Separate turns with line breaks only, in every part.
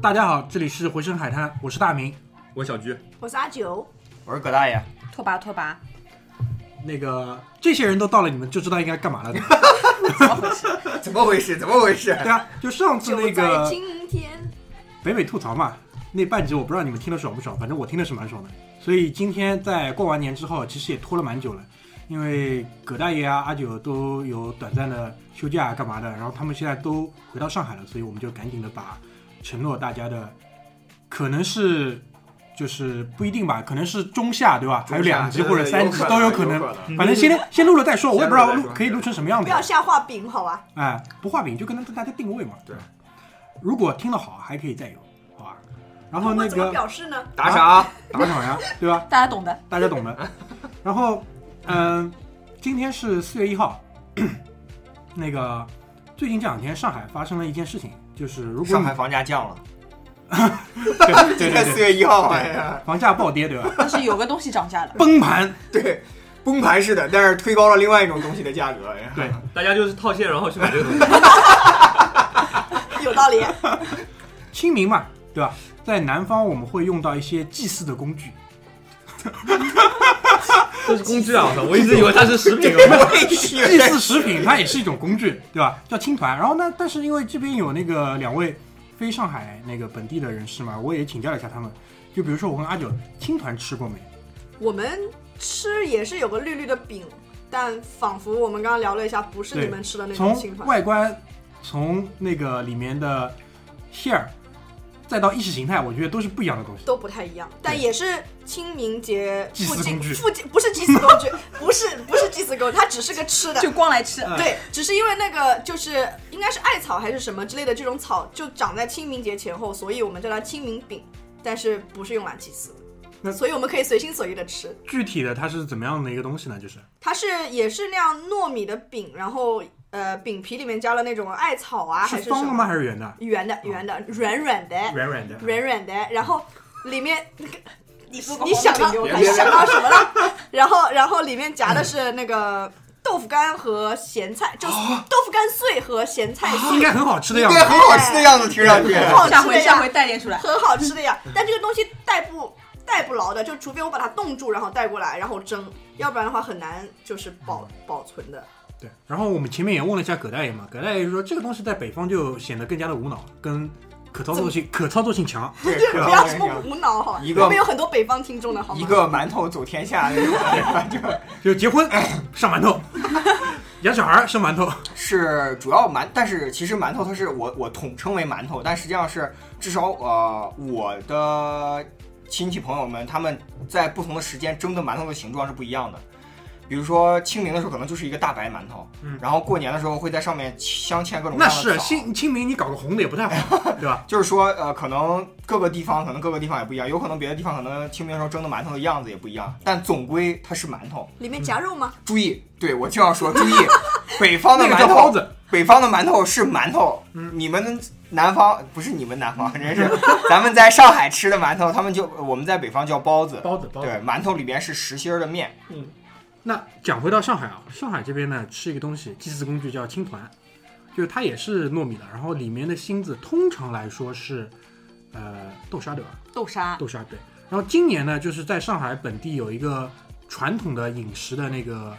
大家好，这里是回声海滩，我是大明。
我小鞠，
我是阿九，
我是葛大爷，
拓跋拓跋，
那个这些人都到了，你们就知道应该干嘛了，对吧
怎么回事？怎么回事？
对啊，就上次那
就在
个
今天，
北美吐槽嘛，那半集我不知道你们听得爽不爽，反正我听的是蛮爽的。所以今天在过完年之后，其实也拖了蛮久了，因为葛大爷啊、阿九都有短暂的休假啊干嘛的，然后他们现在都回到上海了，所以我们就赶紧的把承诺大家的，可能是就是不一定吧，可能是中下对吧？还有两集或者三集都有可能，反正先先录了再说，我也不知道
先录
录
了再说
可以录成什么样
不
子。
要瞎画饼好吧？
哎，不画饼就跟大家定位嘛。
对，
如果听得好，还可以再有，好吧？ 然后
我
那
怎么
个
表示呢？
打啊赏，
打赏 呀，对吧？
大家 懂的。
大家懂的。然后，嗯、今天是四月一号， 那个最近这两天上海发生了一件事情，就是如果你
上海房价降了，
对对
今
对
天四
对，
月一号，
对
哎呀，
房价暴跌，对吧？
但是有个东西涨价了，
崩盘，
对，崩盘似的，但是推高了另外一种东西的价格，哎呀，
对，
大家就是套现，然后去买这个东西。
有道理，
清明嘛，对吧？在南方我们会用到一些祭祀的工具，
这是工具啊！我操，我一直以为它是 食品。啊
祭祀食品，它也是一种工具，对吧？叫青团。然后呢，但是因为这边有那个两位非上海那个本地的人士嘛，我也请教了一下他们。就比如说我跟阿九，青团吃过没？
我们吃也是有个绿绿的饼，但仿佛我们刚刚聊了一下，不是
对
你们吃的那种青
从
团。
外观，从那个里面的馅儿，再到意识形态，我觉得都是不一样的东西。
都不太一样，但也是清明节
祭
附
祀
近
工具
附近不是祭祀 工具，不是不是祭祀工具，它只是个吃的，
就光来
嗯
吃。
对，只是因为那个就是应该是艾草还是什么之类的这种草，就长在清明节前后，所以我们叫它清明饼，但是不是用来祭祀
那
的，所以我们可以随心所欲的吃。
具体的它是怎么样的一个东西呢？就是
它是也是那样糯米的饼，然后呃饼皮里面加了那种艾草啊，还
是
是
方
什
的
么
吗？还是圆的？
圆的圆的软软的
软软的。
软软的，然后里面
你
你想到
牛
你想到什么了？然后然后里面夹的是那个。豆腐干和咸菜，就是
哦
豆腐干碎和咸菜碎，
应该很好吃的
对，
样子。
很好吃的样子，听上去，
很好吃的呀
下回下回带点出来。
很好吃的呀。但这个东西带不带不牢的，就除非我把它冻住，然后带过来，然后蒸，要不然的话很难就是保
嗯
保存的。
对，然后我们前面也问了一下葛大爷嘛，葛大爷说这个东西在北方就显得更加的无脑，跟可操作性可操作性强。
对，
对，
可
不
好
要
吃
什
的
么
样子
无脑哈，
一个
我们有很多北方听众的好吗？
一个馒头走天下那种，哎呀就
就结 婚上馒头，养小孩儿生馒头，
是主要馒，但是其实馒头它是我我统称为馒头，但实际上是至少呃我的亲戚朋友们他们在不同的时间蒸的馒头的形状是不一样的。比如说清明的时候可能就是一个大白馒头，
嗯
然后过年的时候会在上面镶嵌各种各
那
样的
是
枣
清清明你搞个红的也不太好， 对吧？
就是说，呃，可能各个地方可能各个地方也不一样，有可能别的地方可能清明的时候蒸的馒头的样子也不一样，但总归它是馒头。
里面夹肉吗？
注意，对我就要说， 注意，北方的
那个
哦馒
叫包
头，
子，
北方的馒头是馒头，你们南方不是你们南方，真是咱们在上海吃的馒头，他们就我们在北方叫包子。
包子包
对，
子。
馒头里边是实心儿的面，
那讲回到上海啊，上海这边呢吃一个东西，祭祀工具叫青团，就是它也是糯米的，然后里面的芯子通常来说是呃豆沙对吧？
豆沙
豆沙对。然后今年呢，就是在上海本地有一个传统的饮食的那个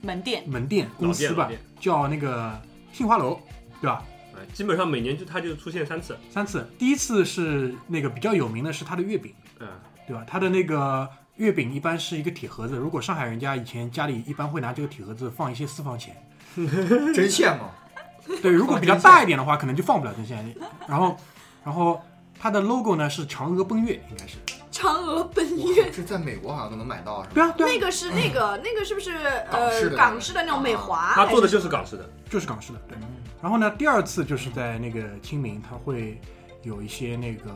门店，
门店公司
老
吧
店，
叫那个杏花楼，对吧？
哎基本上每年就它就出现三次。
三次，第一次是那个比较有名的是它的月饼，
嗯，
对吧？它的那个月饼一般是一个铁盒子，如果上海人家以前家里一般会拿这个铁盒子放一些私 房钱，
真羡慕。
对，如果比较大一点的话，可能就放不了针线。然后，然后它的 logo 呢是嫦娥奔月，应该是
嫦娥奔月。
这在美国好像都能买到，是
对啊，对啊，
那个是那个，那个是不是
港式
呃
的嗯
港式的那种美华？
它
哎
做的
还
就是港式的。
就是港式的，对。然后呢，第二次就是在那个清明，它会有一些那个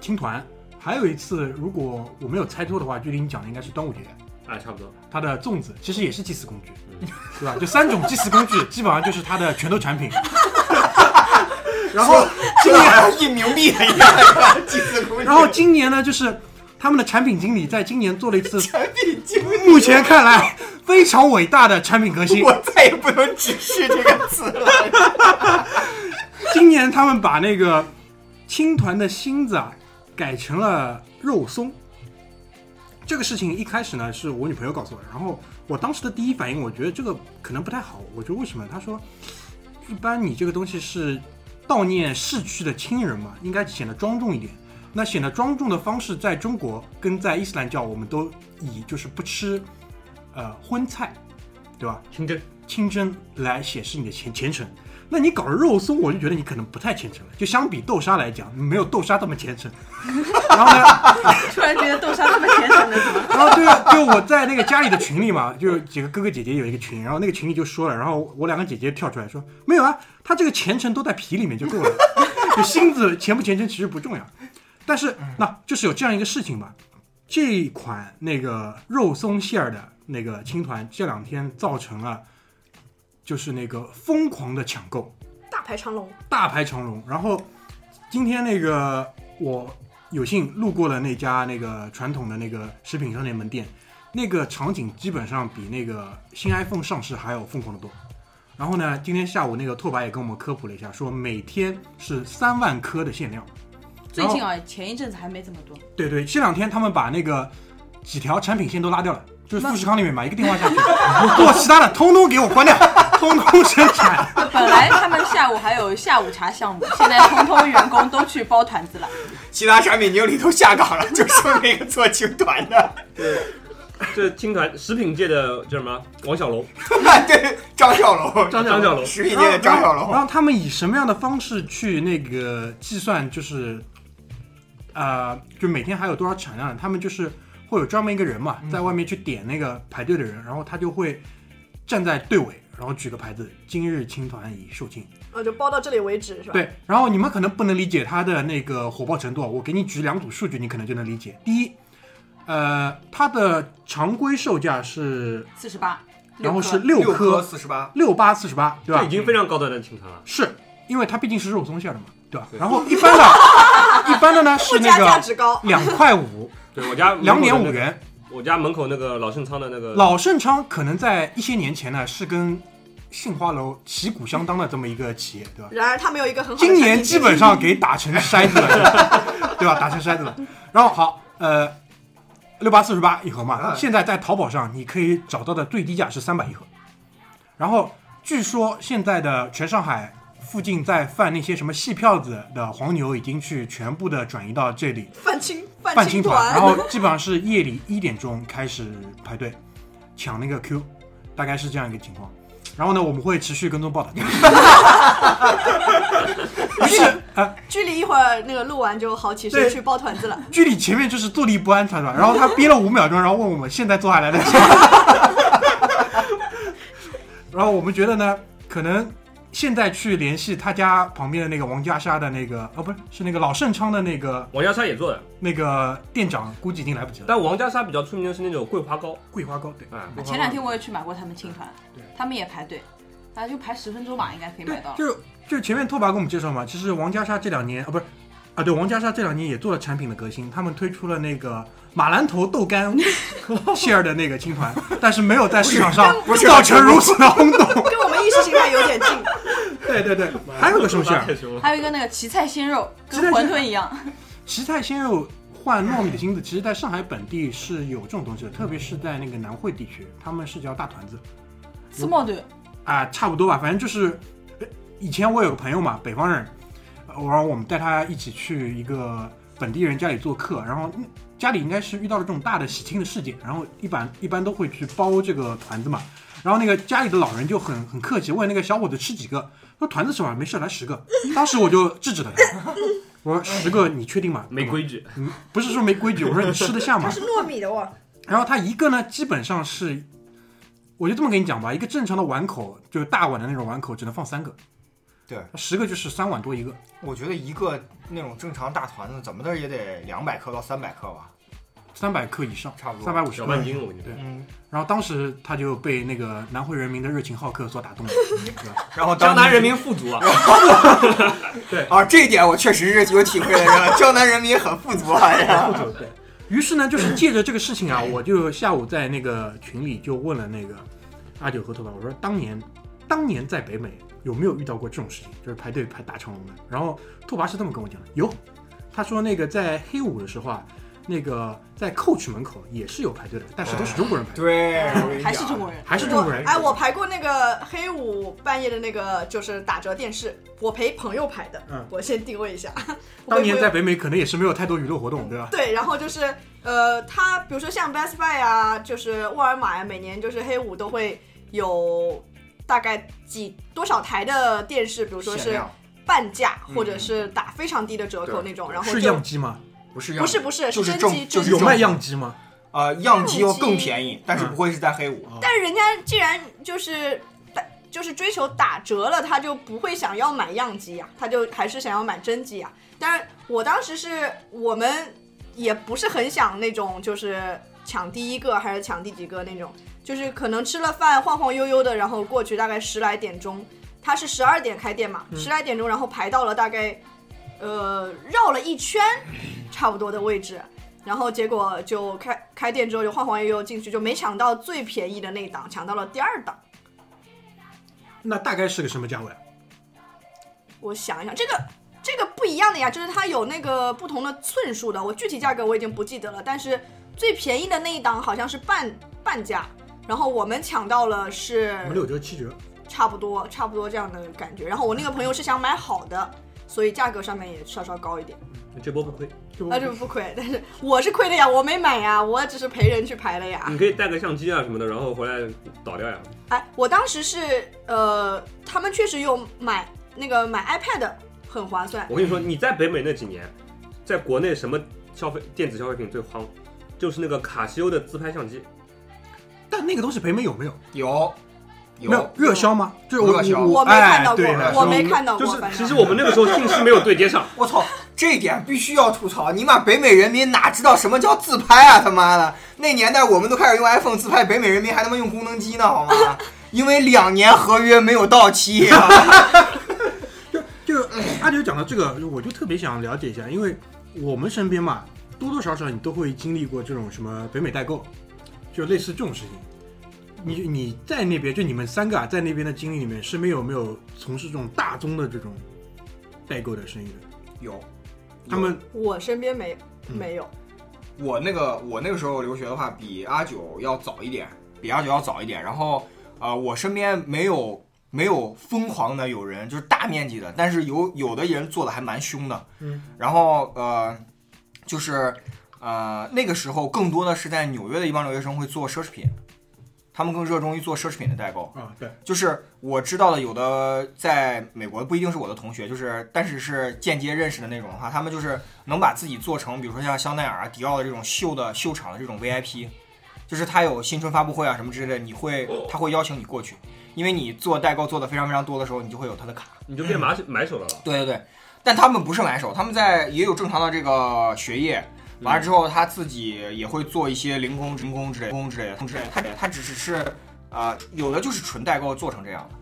青团。还有一次，如果我没有猜错的话，距离你讲的应该是端午节，
哎，差不多。
它的粽子其实也是祭祀工具
嗯，
对吧？就三种祭祀工具，基本上就是它的全都产品。然后
说， 这好像印冥币一样，祭祀工具。
然后今年呢，就是他们的产品经理在今年做了一次
产品经理
目前看来非常伟大的产品革新。
我再也不 能直视这个词了。
今年他们把那个青团的心字啊改成了肉松。这个事情一开始呢是我女朋友告诉我的，然后我当时的第一反应，我觉得这个可能不太好。我觉得为什么？她说，一般你这个东西是悼念逝去的亲人嘛，应该显得庄重一点。那显得庄重的方式，在中国跟在伊斯兰教，我们都以就是不吃，呃，荤菜，对吧？
清真
清真来显示你的虔虔诚。那你搞肉松，我就觉得你可能不太虔诚了。就相比豆沙来讲，没有豆沙这么虔诚。然后呢，
突然觉得豆沙那么虔诚的，怎么？
然后对啊，就我在那个家里的群里嘛， 就几个哥哥姐姐有一个群，然后那个群里就说了，然后我两个姐姐跳出来说，没有啊，他这个虔诚都在皮里面就够了， 就心子虔不虔诚其实不重要，但是那就是有这样一个事情吧，这款那个肉松馅儿的那个青团这两天造成了就是那个疯狂的抢购，
大排长龙，
大排长龙。然后今天那个我有幸路过了那家那个传统的那个食品商店门店，那个场景基本上比那个新 iPhone 上市还要疯狂的多。然后呢，今天下午那个拓跋也跟我们科普了一下，说每天是三万颗的限量。
最近啊，前一阵子还没怎 么多，
对对，这两天他们把那个几条产品线都拉掉了，就是富士康里面买一个电话下去， 我做其他的通通给我关掉，通通生产。
本来他们下午还有下午茶项目，现在通通员工都去包团子了。
其他产品经理都下岗了，就剩那个做青团的，
这青团食品界的叫什么？王小龙，
对，张小龙，
张张小龙
食品界的张小
然后
龙，
然后他们以什么样的方式去那个计算，就是，呃，就每天还有多少产量？他们就是会有专门一个人嘛，在外面去点那个排队的人，然后他就会站在队尾，然后举个牌子：“今日青团已售罄。
呃，就包到这里为止，是”吧？
对，然后你们可能不能理解它的那个火爆程度啊，我给你举两组数据，你可能就能理解。第一，呃，它的常规售价是，
四十八，
然后是
六颗
六
颗
颗
四十八，
六八四十八，对吧
这已？经非常高端的青团了。
是因为它毕竟是肉松馅儿的嘛，对吧？
对
然后一般的，一般的 呢
附
是那
加价
个
值高，
两块 五，
对我家门口
嗯两点
的
五
那个，
元。
我家门口那个老盛昌的那个
老盛昌可能在一些年前呢是跟杏花楼旗鼓相当的这么一个企业，对吧？
然而他没有一个 很好的
今
产品
年基本上给打成筛子了，对吧？打成筛子了。然后好，呃，六八四十八一盒嘛，
嗯
现在在淘宝上你可以找到的最低价是三百一盒。然后据说现在的全上海附近在贩那些什么细票子的黄牛已经去全部的转移到这里
泛青
泛
泛
青
青
团，然
团，
后基本上是夜里一点钟开始排队抢那个 Q，大概是这样一个情况。然后呢，我们会持续跟踪报道。于是，呃，
距离一会儿那个录完就好起
对
身去包团子了。
剧里前面就是坐立不安，团团，然后他憋了五秒钟，然后问我们现在坐下来的钱。 然后我们觉得呢，可能现在去联系他家旁边的那个王家沙的那个，哦，不是，是那个老盛昌的那个
王家沙也做的，
那个店长，估计已经来不及了。
但王家沙比较出名的是那种桂花糕，
桂花糕，对
哎，
前两天我也去买过他们青团
对，
他们也排队，啊，就排十分钟吧，应该可以买
对
到，了。
就是就是前面拓跋给我们介绍嘛，其实王家沙这两年啊，不是。啊，对，王家沙这两年也做了产品的革新，他们推出了那个马兰头豆 干馅儿的那个青团，但是没有在市场 上
不是
造成如此的轰动。
跟我们意识形态有点 近，
对对对，还有个什么馅
太
儿？
凶了，
还有一个那个芹菜鲜肉，跟
芹菜鲜
馄
肉
饨一样，
芹菜鲜肉换糯米的芯子，其实在上海本地是有这种东西的，特别是在那个南汇地区，他们是叫大团子
丝毛豆，
啊，差不多吧，反正就是。呃以前我有个朋友嘛，北方人，呃然后我们带他一起去一个本地人家里做客，然后嗯家里应该是遇到了这种大的喜庆的事件，然后一般一般都会去包这个团子嘛。然后那个家里的老人就很很客气，问那个小伙子吃几个，说团子是吧？没事，来十个。当时我就制止了他，我说十个你确定吗？
没规矩，
嗯，不是说没规矩，我说你吃得下吗
它？是糯米的哇，
然后它一个呢，基本上是，我就这么跟你讲吧，一个正常的碗口，就是大碗的那种碗口，只能放三个，
对，
十个就是三碗多一个。
我觉得一个那种正常大团子，怎么的也得两百克到三百克吧，
三百克以上，
差不多
三百五十
小
克
半。斤我跟你说
对。
嗯，
然后当时他就被那个南汇人民的热情好客所打动 了，对吧？
然后当
江南人民富足啊，
啊，这一点我确实是有体会的，江南人民很富足啊，
不走对。于是呢，就是借着这个事情
哎
啊，我就下午在那个群里就问了那个阿九和头发，我说当年当年在北美有没有遇到过这种事情，就是排队排大长龙的。然后拓跋是这么跟我讲的，有，他说那个在黑五的时候啊，那个在 Coach 门口也是有排队的，但是都是中国人排队，
对，我跟你
还是
讲
中国人。
还是中国人
我。哎，我排过那个黑五半夜的那个就是打折电视，我陪朋友排的。
嗯
我先定位一下。我
当
陪朋友
年在北美可能也是没有太多娱乐活动，对吧？
对，然后就是呃，它比如说像 Best Buy 啊，就是沃尔玛呀、每年就是黑五都会有大概几多少台的电视，比如说
啊限
是
量
半价、
嗯
或者是打非常低的折扣
对
那种，然后
是
就
样机吗？
不是样
不是不是
就是是
真
正
机
就
真
是
机
有
正。
卖样机吗？
呃样机要更
样机
便宜，但是不会是在黑五。
但是人家既然就是打就是追求打折了，他就不会想要买样机啊呀、他就还是想要买真机呀、啊但是我当时是我们也不是很想那种就是抢第一个还是抢第几个那种，就是可能吃了饭晃晃悠悠的，然后过去大概十来点钟，他是十二点开店嘛，十来点钟然后排到了大概呃绕了一圈差不多的位置。然后结果就开开店之后就晃晃悠悠进去，就没抢到最便宜的那一档，抢到了第二档。
那大概是个什么价位？啊
我想一想，这个这个不一样的呀，就是它有那个不同的寸数的，我具体价格我已经不记得了，但是最便宜的那一档好像是半半价，然后我们抢到了是
我们六折、七折。
差不多差不多这样的感觉。然后我那个朋友是想买好的，所以价格上面也稍稍高一点。
这波不亏。
就
啊，这不亏，但是我是亏的呀，我没买呀，我只是陪人去排的呀。
你可以带个相机啊什么的，然后回来倒掉呀。
哎，我当时是呃，他们确实有买那个买 iPad 很划算，
我跟你说，你在北美那几年，在国内什么消费电子消费品最夯，就是那个卡西欧的自拍相机。
但那个东西北美有没有？
有有
没有热销吗？就是我
热销
我
我没看到过，
哎对的
哦我没看到过，
就是
反正
其实我们那个时候信息没有对接上，
我操，这一点必须要吐槽！你妈北美人民哪知道什么叫自拍啊？他妈的，那年代我们都开始用 iPhone 自拍，北美人民还他妈用功能机呢，好吗？因为两年合约没有到期、啊，
就阿九讲到这个，我就特别想了解一下，因为我们身边嘛，多多少少你都会经历过这种什么北美代购，就类似这种事情。你你在那边，就你们三个啊，在那边的经历里面，身边有没有从事这种大宗的这种代购的生意的？
有
他们
我身边没
嗯
没有，
我那个我那个时候留学的话，比阿九要早一点，比阿九要早一点。然后，呃，我身边没有没有疯狂的有人，就是大面积的，但是有有的人做的还蛮凶的。
嗯。
然后呃，就是呃那个时候更多的是在纽约的一帮留学生会做奢侈品，他们更热衷于做奢侈品的代购。
啊，对，
就是我知道的，有的在美国不一定是我的同学，就是但是是间接认识的那种的话，他们就是能把自己做成，比如说像香奈儿啊、迪奥的这种秀的秀场的这种 VIP，就是他有新春发布会啊什么之类的，你会他会邀请你过去，因为你做代购做的非常非常多的时候，你就会有他的卡。
你就变买手买手了啊了。
对对对，但他们不是买手，他们在也有正常的这个学业。完了之后，他自己也会做一些零工、零工之类、零工之类的、零工之类的。他他只是呃，有的就是纯代购做成这样的，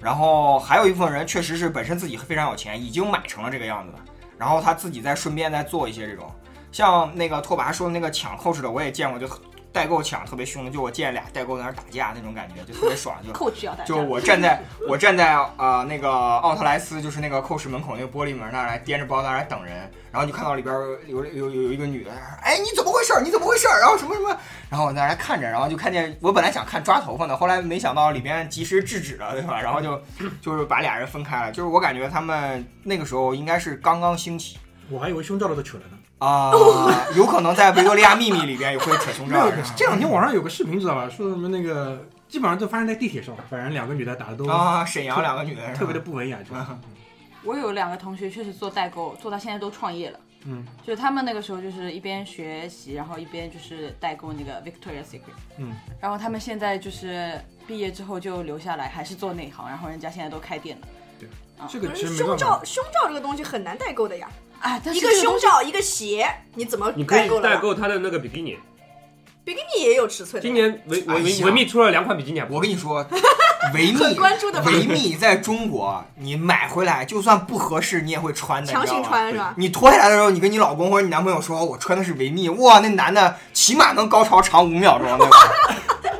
然后还有一部分人确实是本身自己非常有钱，已经买成了这个样子了，然后他自己再顺便再做一些这种，像那个拓跋说的那个抢 Coach 的，我也见过，就代购抢特别凶的，就我见俩代购在那儿打架那种感觉，就特别爽，就
扣取要打架
就我站在我站在呃那个奥特莱斯，就是那个 Coach 门口那个玻璃门那儿来掂着包在那儿等人，然后就看到里边儿有有有有一个女的，哎你怎么回事儿？你怎么回事儿？然后什么什么，然后我在那儿看着，然后就看见我本来想看抓头发呢，后来没想到里面及时制止了，对吧？然后就就是把俩人分开了，就是我感觉他们那个时候应该是刚刚兴起。
我还以为胸罩都扯了呢。
啊、有可能在维多利亚秘密里边也会扯胸
没
罩
有
是吧，
这两天网上有个视频知道吧？说什么那个基本上都发生在地铁上，反正两个女的打的都
啊，沈阳两个女的是吧
特别的不文雅，就
我有两个同学确实做代购，做到现在都创业了。
嗯，
就是他们那个时候就是一边学习，然后一边就是代购那个 Victoria Secret。
嗯，
然后他们现在就是毕业之后就留下来，还是做那行，然后人家现在都开店了。
这个
可
其
是
实没
胸
办法
罩。胸罩这个东西很难代购的呀，
啊，但是
一个
这东
胸
西
罩一个鞋，你怎么
你可
代
以
购了呀？
代购他的那个比基尼，
比基尼也有尺寸的
今
呀，
年维
哎
维维
呀
维密出了两款比基尼，啊
我跟你 说，维密
很关注的吧
维密在中国，你买回来就算不合适，你也会穿的，
强
你
行
知道吗。
穿是吧？
你脱下来的时候，你跟你老公或者你男朋友说：“我穿的是维密。”哇，那男的 起码能高潮长五秒钟，对吧？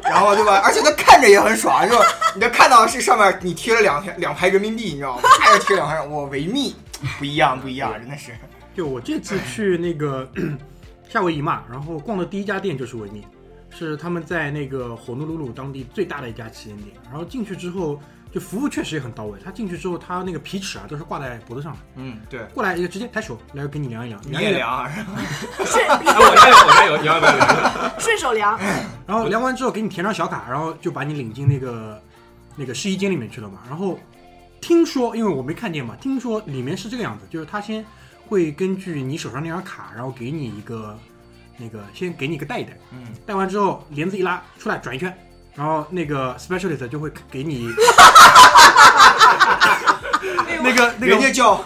然后对吧？而且他看着也很爽，就你就看到是上面你贴了两条两排人民币，你知道吗？还是贴两排，我维密不一样，不一样，真的是。
就我这次去那个 夏威夷嘛，然后逛的第一家店就是维密，是他们在那个火奴鲁鲁当地最大的一家旗舰店。然后进去之后，就服务确实也很到位。他进去之后，他那个皮尺啊都是挂在脖子上的，
嗯，对，
过来一个直接抬手来给你量一量，
你
量
也
一量，
凉，
顺
哎，我家有，我家有，你要不要 聊？
顺手量，
然后量完之后给你填张小卡，然后就把你领进那个那个试衣间里面去了嘛。然后听说，因为我没看见嘛，听说里面是这个样子，就是他先会根据你手上那张卡，然后给你一个那个先给你一个带一带，
嗯，
带完之后帘子一拉出来转一圈，然后那个 specialist 就会给 你那个那
人
个
家叫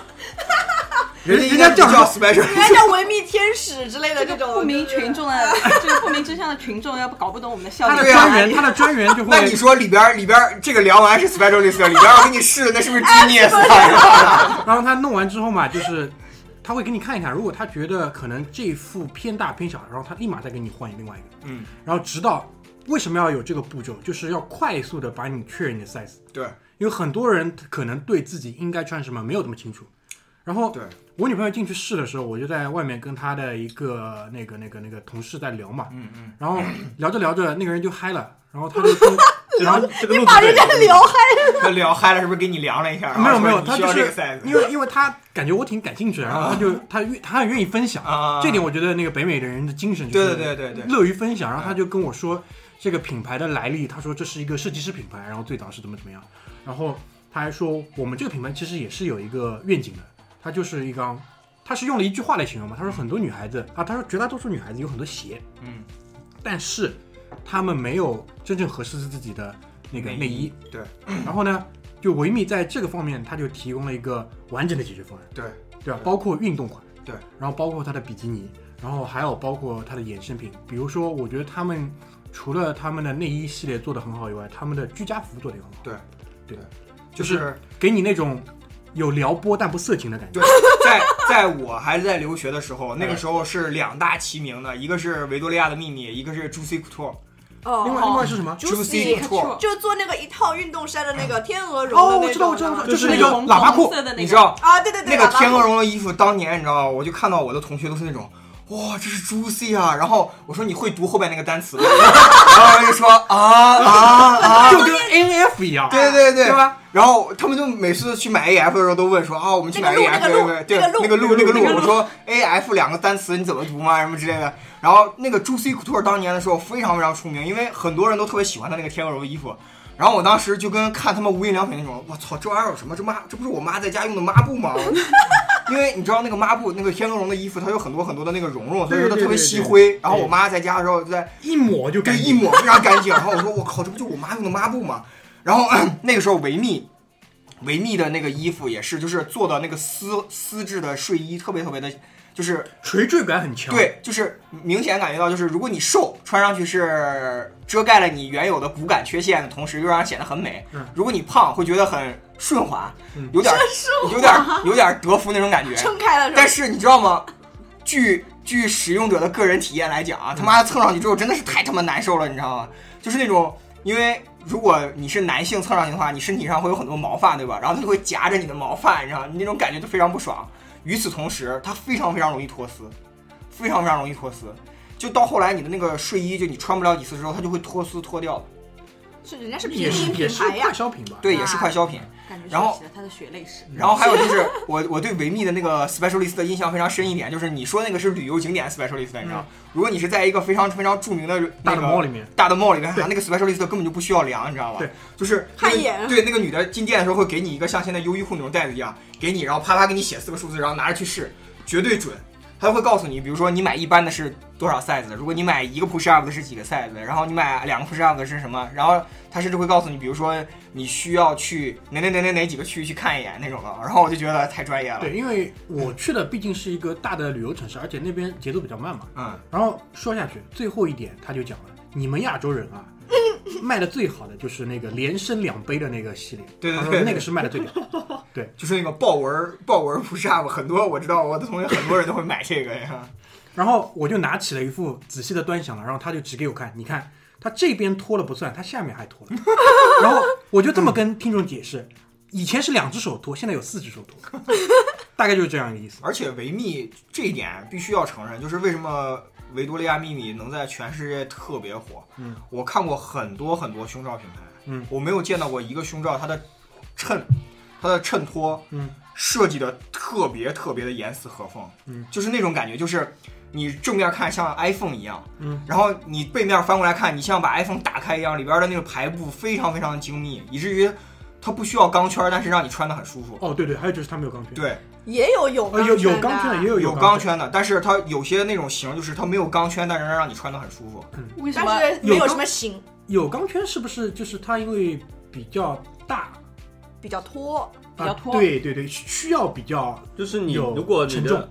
人
家
人
应
家
该
叫什
叫
么？
special，
人家叫维密天使之类的
这个
种
不明群，众 的，这个不明真相的群众，要不搞不懂我们的笑
他
点
的
对啊
在
专
哪
员，
里。
他的专员就
那你
会，
说里边里边这个量完是 specialist，里边我给你试，那是不是 genius 啊？
然后他弄完之后嘛，就是 他会给你看一看，如果他觉得可能这副偏大偏小，然后他立马再给你换另外一个，
嗯，
然后直到为什么要有这个步骤，就是要快速的把你确认你的 size，
对
因为很多人可能对自己应该穿什么没有这么清楚，然后
对，
我女朋友进去试的时候，我就在外面跟她的一个那个那个那个同事在聊嘛，
嗯嗯，
然后聊着聊着，那个人就嗨了，然后他就 跟，然后
这个路
把
子
人家
对
聊嗨，
他聊嗨了，是不是给你量了一下？
啊没有没有，
然后
他
说你需
就
要这
是
个 size，
因为因为他感觉我挺感兴趣的，然后他就他愿他很愿意分享，
啊，
这点我觉得那个北美的人的精神就
对
是
对对对对，
乐于分享，然后他就跟我说这个品牌的来历，他说这是一个设计师品牌，然后最早是怎么怎么样，然后他还说我们这个品牌其实也是有一个愿景的，它就是一个，他是用了一句话来形容嘛，他说很多女孩子啊，他说绝大多数女孩子有很多鞋，
嗯，
但是她们没有真正合适自己的那个内衣，
对，
然后呢，就维密在这个方面，它就提供了一个完整的解决方案，
对
对吧？包括运动款，
对，
然后包括它的比基尼，然后还有包括它的衍生品，比如说，我觉得他们除了他们的内衣系列做得很好以外，他们的居家服做得也很好，
对，
对，就
就
是
是
给你那种有撩拨但不色情的感觉
对。，在在我还在留学的时候，那个时候是两大齐名的，一个是维多利亚的秘密，一个是 Juicy Couture。
另外，
哦，
另外是什么？
Juicy Couture，
就做那个一套运动衫的那个天鹅绒
哦，
的
我
那
知道，
种
我知道，我知道，
就
就是是那个
红
喇叭
红
裤，
色的那
你
个，
知道
啊，对对
那
对，
个
喇叭
天鹅
裤
绒的衣服，当年你知道吗？我就看到我的同学都是那种。哇，这是 juicy 啊！然后我说你会读后边那个单词吗， 然后他就说啊啊啊，
就跟 N F 一样。
对对对，
对吧？
然后他们就每次去买 AF 的时候都问说啊，我们去买
那个
AF，
路那个路
对
那
那
个路
个
那
路那
个
个
路
路，我说 AF 两个单词你怎么读啊吗？什么之类的。然后那个朱 C 库特当年的时候非常非常出名，因为很多人都特别喜欢他那个天鹅绒衣服。然后我当时就跟看他们无印良品那种，我操，这玩意儿有什么？这妈这不是我妈在家用的抹布吗？ 因为你知道那个抹布，那个天鹅绒的衣服，它有很多很多的那个绒绒，所以说它
对对
特别
对
吸
对
灰。然后我妈在家的时候就在
一抹就
就
干
一
净。
抹非常干净。然后我说我靠，这不就我妈用的抹布吗？然后 那个时候维密，维密的那个衣服也是，就是做的那个丝丝质的睡衣，特别特别的，就是
垂坠感很强。，
对，就是明显感觉到，就是如果你瘦，穿上去是遮盖了你原有的骨感缺陷的同时，又让人显得很美
嗯；
如果你胖，会觉得很顺滑
嗯，
有点儿
顺
有点儿有点儿德芙那种感觉。
撑开 了是吧
但？是你知道吗？据据使用者的个人体验来讲啊，他妈蹭上去之后真的是太他妈难受了，你知道吗？就是那种，因为如果你是男性蹭上去的话，你身体上会有很多毛发，对吧？然后它就会夹着你的毛发，你知道吗，你那种感觉就非常不爽。与此同时，它非常非常容易脱丝，非常非常容易脱丝。就到后来，你的那个睡衣，就你穿不了几次之后，它就会脱丝脱掉的。
是人家是
也
平
是
民
也
品
是
牌呀
快，消品吧？
对，也是快消品。
感觉
然后
学习了他的血泪史。
然后还有就是 我我对维密的那个 specialist 的印象非常深一点，就是你说那个是旅游景点 specialist，你知道，如果你是在一个非常非常著名的
嗯大
那
的
个
猫里面，
大的 mall 里面，
对
那个 specialist 根本就不需要量，你知道吧？
对，
就是
汗
那个
颜
对，那个女的进店的时候会给你一个像现在优衣库那种袋子一样，给你，然后啪啪给你写四个数字，然后拿着去试，绝对准。他会告诉你，比如说你买一般的是多少 size，如果你买一个 push up 的是几个 size，然后你买两个 push up 的是什么，然后他甚至会告诉你，比如说你需要去哪哪哪哪哪几个区去看一眼那种的。然后我就觉得太专业了。
对，因为我去的毕竟是一个大的旅游城市，而且那边节奏比较慢嘛。
嗯，
然后说下去，最后一点他就讲了，你们亚洲人啊， 卖的最好的就是那个连升两杯的那个系列，
对对
他说
对
那个是卖的最屌。
就是那个豹纹豹纹 push up，很多我知道我的同学很多人都会买这个呀。
然后我就拿起了一副，仔细的端详了，然后他就指给我看，你看它这边脱了不算，它下面还脱了。 然后我就这么跟听众解释，以前是两只手脱，现在有四只手脱， 大概就是这样一个意思。
而且维密这一点必须要承认，就是为什么维多利亚秘密能在全世界特别火。
嗯，
我看过很多很多胸罩品牌，
嗯，
我没有见到过一个胸罩它的衬，它的衬托，
嗯，
设计的特别特别的严丝合缝，
嗯，
就是那种感觉，就是。你正面看像 iPhone 一样，
嗯，
然后你背面翻过来看，你像把 iPhone 打开一样，里边的那个排布非常非常精密，以至于它不需要钢圈，但是让你穿的很舒服。
哦，对对，还有就是它没有钢圈，
对，
也有有
呃，有有钢
圈
圈
的
的，也有
有
钢
钢，圈的，但是它有些那种型就是它没有钢圈，但是能让你穿的很舒服。
为什么？
但是没
有
有
钢
什么型，
有钢圈是不是就是它因为比较大，
比较拖。
比较拖
啊对对对，需需要比较
就是你
有
如果你
沉
的
重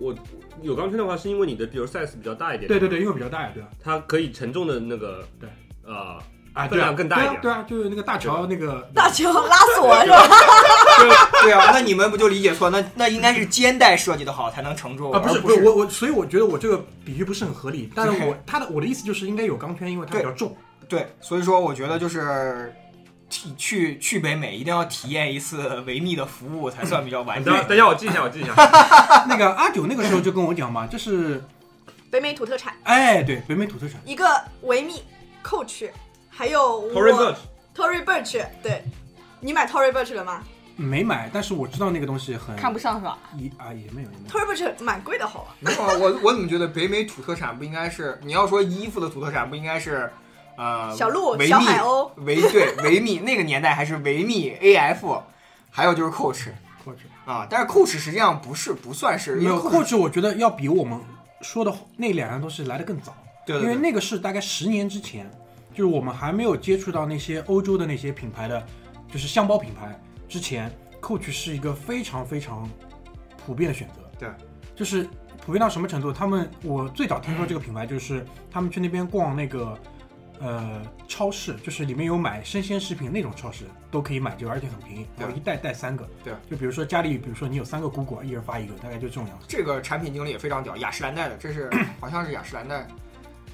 我有钢圈的话，是因为你的比如 size 比较大一点，
对对对，因为比较大呀，对吧？
它可以承重的那个
对
啊、
啊，
分
对啊
量，更大一点
对啊，对啊，就是那个大乔那个
大乔拉锁是吧？
对啊，那你们不就理解错？那那应该是肩带设计的好才能承重
啊，不
哦而
是
不
不是我我，所以我觉得我这个比喻不是很合理。但是
对
我他的我的意思就是应该有钢圈，因为它
对
比较重。
对，所以说我觉得就是体去去北美一定要体验一次维密的服务才算比较完
嗯哎
整。
等等等一下，我记一下，我记 一下。
那个阿九那个时候就跟我讲嘛，就是
北美土特产，
哎，对，北美土特产，
一个维密、Coach，还有
Tory
我
Burch，
Tory Burch，对，你买 Tory Burch 了吗
没买，但是我知道那个东西很
看不上是吧？
也啊也没有也没有。
？Tory Burch 蛮贵的，好吧？
没有啊，我我怎么觉得北美土特产不应该是？你要说衣服的土特产不应该是呃
小鹿、
维
小
密
海鸥，
维对维密那个年代还是维密 AF，还有就是 Coach。
或者
啊，但是 Coach 实际上不是不算是，
没
因为
有
Coach
或者我觉得要比我们说的那两样东西来的更早，
对
因为
对对，
那个是大概十年之前，就是我们还没有接触到那些欧洲的那些品牌的，就是箱包品牌之前，Coach 是一个非常非常普遍的选择。
对，
就是普遍到什么程度？他们我最早听说这个品牌，就是他们去那边逛那个呃超市，就是里面有买生鲜食品那种超市都可以买这个，而且很便宜，
对
然后一袋带三个。
对，
就比如说家里，比如说你有三个姑姑，一人发一个，大概就这种样子。
这个产品经理也非常屌，雅诗兰黛的，这 是好像是雅诗兰黛，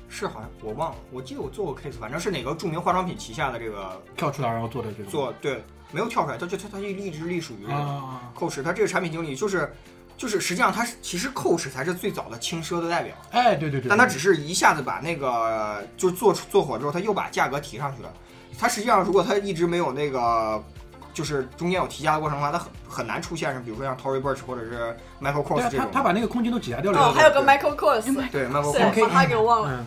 是好像我忘了，我记得我做过 case，反正是哪个著名化妆品旗下的这个
跳出来然后做的这种。
做对，没有跳出来，它就它它就一直隶属于
啊，
Coach，它这个产品经理就是。就是实际上，它是其实 Coach 才是最早的轻奢的代表，
哎，对对对，
但它
对
只是一下子把那个就是做出做火之后，它又把价格提上去了。它实际上，如果它一直没有那个，就是中间有提价的过程的话，它很很难出现是比如说像 Tory Burch 或者是
对
Michael Kors
啊，
这
他
种。
他把那个空间都挤压掉了。
哦，
对
还有个
对
Michael Kors，
对 Michael
对
Kors，，
OK，
把它给忘了。
嗯，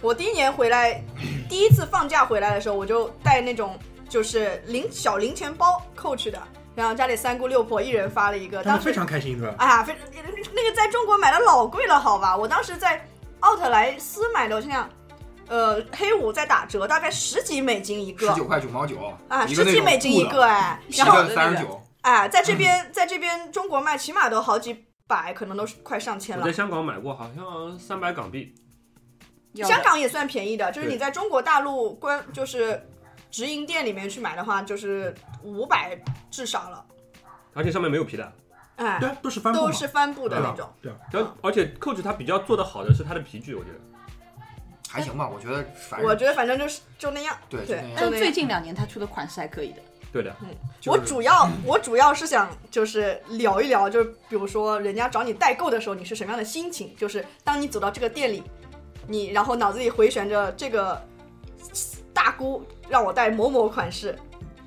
我第一年回来，第一次放假回来的时候，我就带那种就是零小零钱包 Coach 的，然后家里三姑六婆一人发了一个，
他
当
们
时
非常开心，对吧？
哎呀，非那个在中国买的老贵了，好吧？我当时在奥特莱斯买的，我心想，呃，黑五在打折，大概十几美金一
十
个
九块九毛九
啊，
一
十
个那
几
种
美金一
布的
个，哎，
一
然后
个三十九。
哎，在这边在这边中国卖起码都好几百，可能都是快上千
我
了
在。香港买过，好像三百港币。
要的
香港也算便宜的，就是
对
你在中国大陆关就是直营店里面去买的话，就是五百至少了，
而且上面没有皮带，
哎，
对啊，都是帆布
都
嘛。
是帆布的
对
那
啊
种。
然后而且 Coach 它比较做的好的是它的皮具，我觉得
还行吧，我觉得反
我
正
觉得反正就是就那样，
对就
对
那样
但是最近两年他出的款式还可以的。
对的。
就
我
是
主要我主要是想就是聊一聊，就是比如说人家找你代购的时候，你是什么样的心情？就是当你走到这个店里，你然后脑子里回旋着这个大姑让我带某某款式，